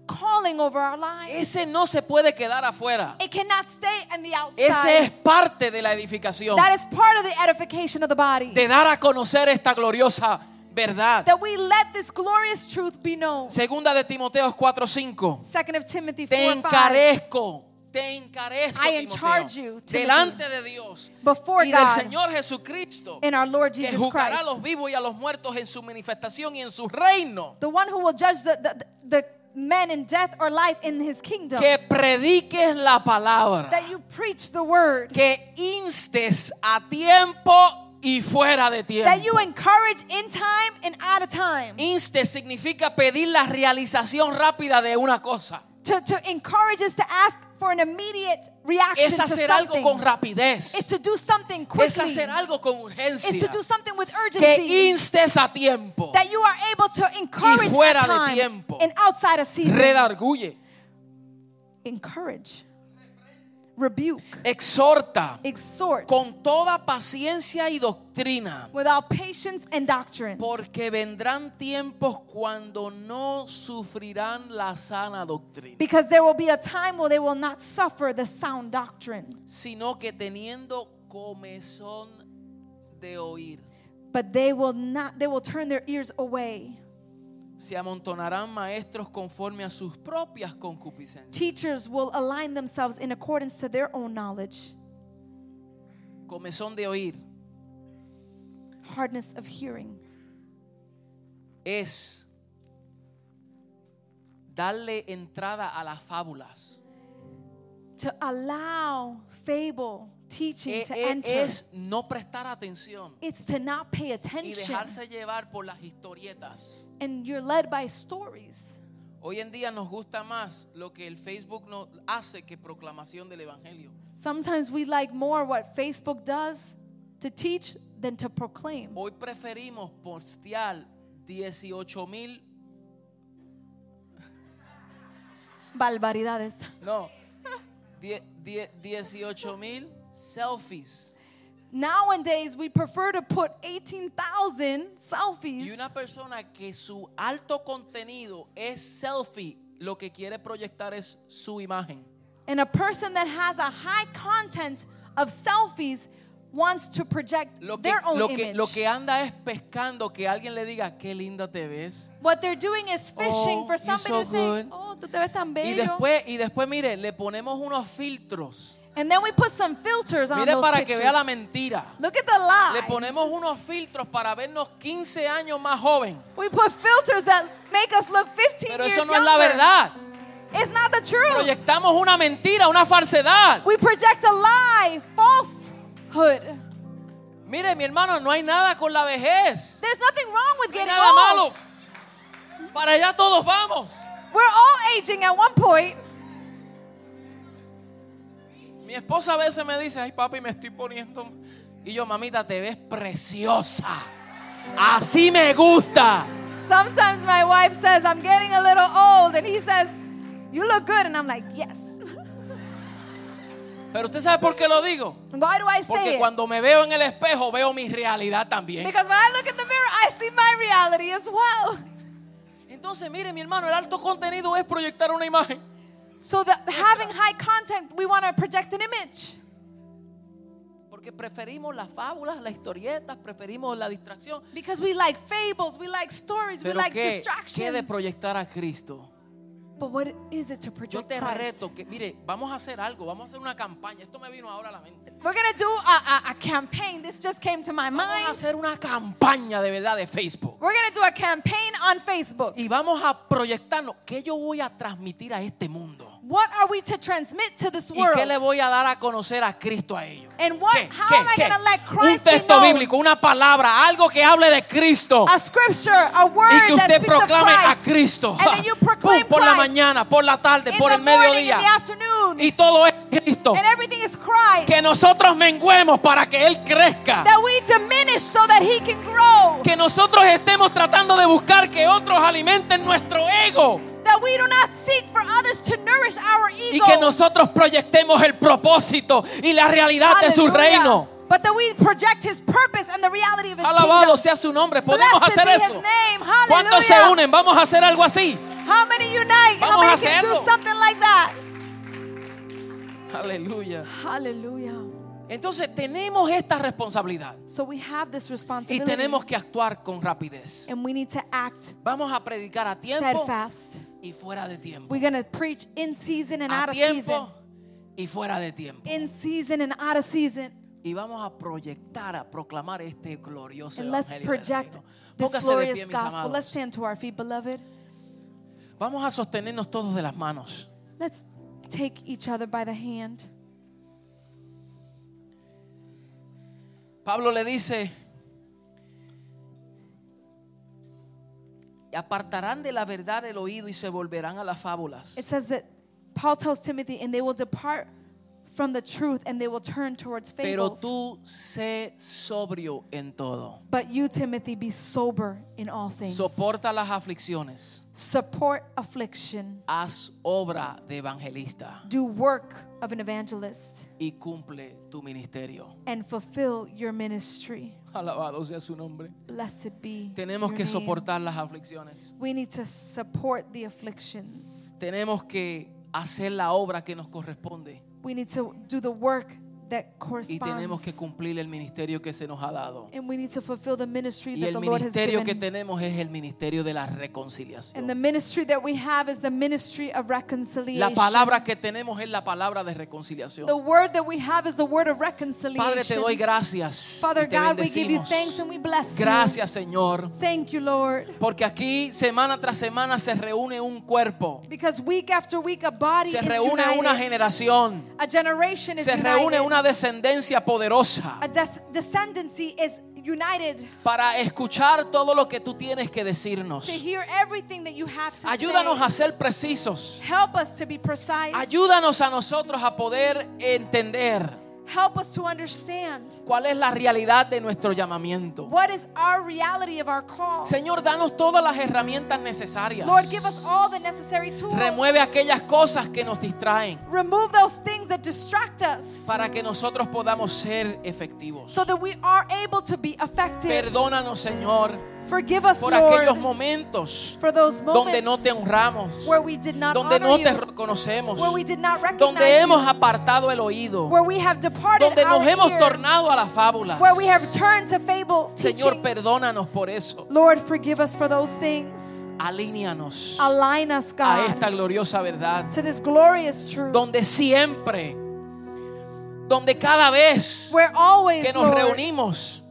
calling over our lives. Ese no se puede quedar afuera. It cannot stay on the Ese es outside. parte de la edificación, That is part of the edification of the body. de dar a conocer esta gloriosa verdad. That we let this glorious truth be known. Segunda de Timoteo 4:5. Second of Timothy 4 Te 5. encarezco, te encarezco I encourage Timoteo, you, Timothy, delante de Dios before y del God Señor Jesucristo, In our Lord que Jesus juzgará a Christ. los vivos y a los muertos en su manifestación y en su reino. The one who will judge the, the, the men in death or life in his kingdom. que prediques la palabra, That you preach the word. que instes a tiempo y fuera de That you tiempo. encourage in time and out of time. Inste significa pedir la realización rápida de una cosa. To, to encourage us to ask for an immediate reaction Es to hacer algo something. con rapidez. It's to do something Es quickly. Pues hacer algo con It's urgencia. to do something with Que urgency. instes a tiempo. That you are able to encourage fuera at de time tiempo. and outside of season. Redarguye. Encourage, rebuke, Exhorta. exhort Con toda paciencia y doctrina. without patience and doctrine. Porque vendrán tiempos cuando no sufrirán la sana doctrina. Because there will be a time where they will not suffer the sound doctrine, sino que teniendo comezón de oír. but they will not they will turn their ears away. Se amontonarán maestros conforme a sus propias concupiscencias. Teachers will align themselves in accordance to their own knowledge. Comezón de oír Hardness of hearing es darle entrada a las fábulas. to allow fable teaching E- to e- enter. es no prestar atención It's to not pay y attention dejarse llevar por las historietas. and you're led by stories. Hoy en día nos gusta más lo que el Facebook nos hace que proclamación del Evangelio. Sometimes we like more what Facebook does to teach than to proclaim. Hoy preferimos postear 18 mil Barbaridades. No. *laughs* Die- die- 18 mil selfies. Nowadays, we prefer to put 18,000 selfies. Y una persona que su alto contenido es selfie, lo que quiere proyectar es su imagen. and a person that has a high content of selfies wants to project Lo que, their own lo, que, image. lo que anda es pescando que alguien le diga, qué linda te ves. what they're doing is fishing Oh, for you're somebody so to say, good. "Oh, tú te ves tan bello." Y después, y después, mire, le ponemos unos filtros. and then we put some filters on Mire those para que pictures. vea la mentira. Look at the lie. Le ponemos unos filtros para vernos 15 años más joven. we put filters that make us look 15 Pero years eso no es younger. la verdad. It's not the truth. Proyectamos una mentira, una falsedad. we project a lie, falsehood. Mire, mi hermano, no hay nada con la vejez. There's nothing wrong with No hay getting nada malo. old. Para allá todos vamos. We're all aging at one point. Mi esposa a veces me dice, ay papi, me estoy poniendo. Y yo, mamita, te ves preciosa. Así me gusta. Sometimes my wife says, I'm getting a little old, and he says, You look good. And I'm like, Yes. Pero usted sabe por qué lo digo. Why do I say Porque it? cuando me veo en el espejo, veo mi realidad también. Because when I look in the mirror, I see my reality as well. Entonces, mire, mi hermano, el alto contenido es proyectar una imagen. So that having high content, we want to project an image. Porque preferimos las fábulas, las historietas, preferimos la distracción. Because we like fables, we like stories, we Pero like ¿qué, distractions. qué de proyectar a Cristo? But what is it to Yo project te Christ? reto que, mire, vamos a hacer algo, vamos a hacer una campaña. Esto me vino ahora a la mente. We're going to do a, a, a campaign. This just came to my Vamos a mind. hacer una campaña de verdad de Facebook. We're going to do a campaign on Facebook. Y vamos a proyectarnos qué yo voy a transmitir a este mundo. What are we to transmit to this ¿Y world? qué le voy a dar a conocer a Cristo a ellos? And what- ¿Qué? how ¿Qué? am I ¿Qué? gonna let Un Christ be texto known? bíblico, una palabra, algo que hable de Cristo. a scripture, a word y that que usted speaks proclame a of Christ. Cristo. And then you proclaim *laughs* Pum, por la Christ. mañana, por la tarde, in por the el morning, in the mediodía. afternoon, Y todo es Cristo. and everything is Christ. Que nosotros menguemos para que Él crezca. that we diminish so that He can grow. Que nosotros estemos tratando de buscar que otros alimenten nuestro ego. That we do not seek for others to nourish our ego. Y que nosotros proyectemos el propósito y la realidad de su Hallelujah. reino. But that we project His purpose and the reality of His Alabado kingdom. sea su nombre. Podemos Blessed hacer be His eso. name. Hallelujah. ¿Cuántos se unen? Vamos a hacer algo así. How many unite? How Vamos a many can do hacerlo. something like that? Aleluya. Hallelujah. Entonces tenemos esta responsabilidad So we have this y responsibility. tenemos que actuar con rapidez. and we need to act Vamos a predicar a tiempo steadfast. y fuera de tiempo. We're going to preach in season and A out of season. tiempo y fuera de tiempo. In season and out of season. Y vamos a proyectar, a proclamar este glorioso And let's evangelio del project reino. this Póngase de glorious pie, mis gospel. Let's amados. stand to our feet, beloved. Vamos a sostenernos todos de las manos. Let's take each other by the hand. Pablo le dice, "Y apartarán de la verdad el oído y se volverán a las fábulas. It says that Paul tells Timothy, and they will depart from the truth and they will turn towards Pero fables. tú sé sobrio en todo. but you, Timothy, be sober in all things. Soporta las aflicciones. Support affliction. Haz obra de evangelista Do work of an evangelist y cumple tu ministerio. and fulfill your ministry. Alabado sea su nombre. Blessed be. Tenemos your que name. soportar las aflicciones. We need to support the afflictions. Tenemos que hacer la obra que nos corresponde We need to do the work that y tenemos que corresponds. cumplir el ministerio que se nos ha dado. And we need to fulfill the ministry Y that the el Lord has ministerio que given. tenemos es el ministerio de la And the reconciliación. ministry that we have is the ministry of La reconciliation. palabra que tenemos es la palabra de The reconciliación. word that we have is the word of reconciliation. Padre, te doy gracias. Father y te God, we give you bendecimos. thanks and we bless Gracias, Señor, you. Thank you, Lord. porque aquí semana tras semana se reúne un cuerpo, Because week after week, a body se is reúne united. una generación, a generation is se united. reúne una descendencia poderosa a des- descendancy is united para escuchar todo lo que tú tienes que decirnos. to hear everything that you have to Ayúdanos say. a ser precisos. Help us to be precise. Ayúdanos a nosotros a poder entender. Help us to understand ¿Cuál es la realidad de nuestro llamamiento? what is our reality of our call. Señor, danos todas las herramientas necesarias. Lord, give us all the necessary tools. Remueve aquellas cosas que nos distraen Remove those things that distract us para que nosotros podamos ser efectivos. so that we are able to be effective. Perdónanos, Señor, Forgive us, por aquellos Lord, momentos for those donde no te moments honramos, where we did not donde no honor te you, reconocemos, where we did not donde recognize hemos you, apartado el oído, where we have departed donde nos hemos our ear, tornado a las fábulas. where we have turned to fable Señor, teachings. perdónanos por eso. Lord, forgive us for those things. Alíñanos Align us, a God, esta gloriosa verdad. to this glorious truth. donde siempre, donde cada vez Where always, que nos Lord, reunimos,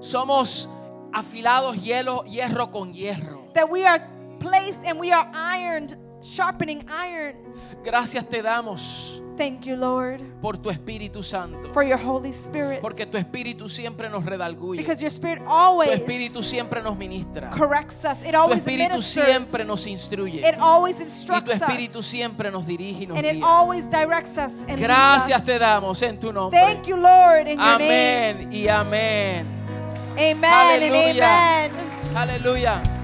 somos afilados hielo, hierro con hierro. that we are placed and we are ironed, sharpening iron. Gracias te damos Thank you, Lord, por tu Espíritu Santo, for your Holy Spirit. porque tu Espíritu siempre nos redalguye, because your Spirit tu always Espíritu siempre nos ministra, tu corrects us. It always Espíritu ministers. siempre nos instruye it always y tu instructs Espíritu us. siempre nos dirige y nos And it guía. always directs us and leads Gracias us. te damos en tu nombre. Thank you, Lord, in your name. Amén y amén. Amen and Aleluya. amen. Aleluya.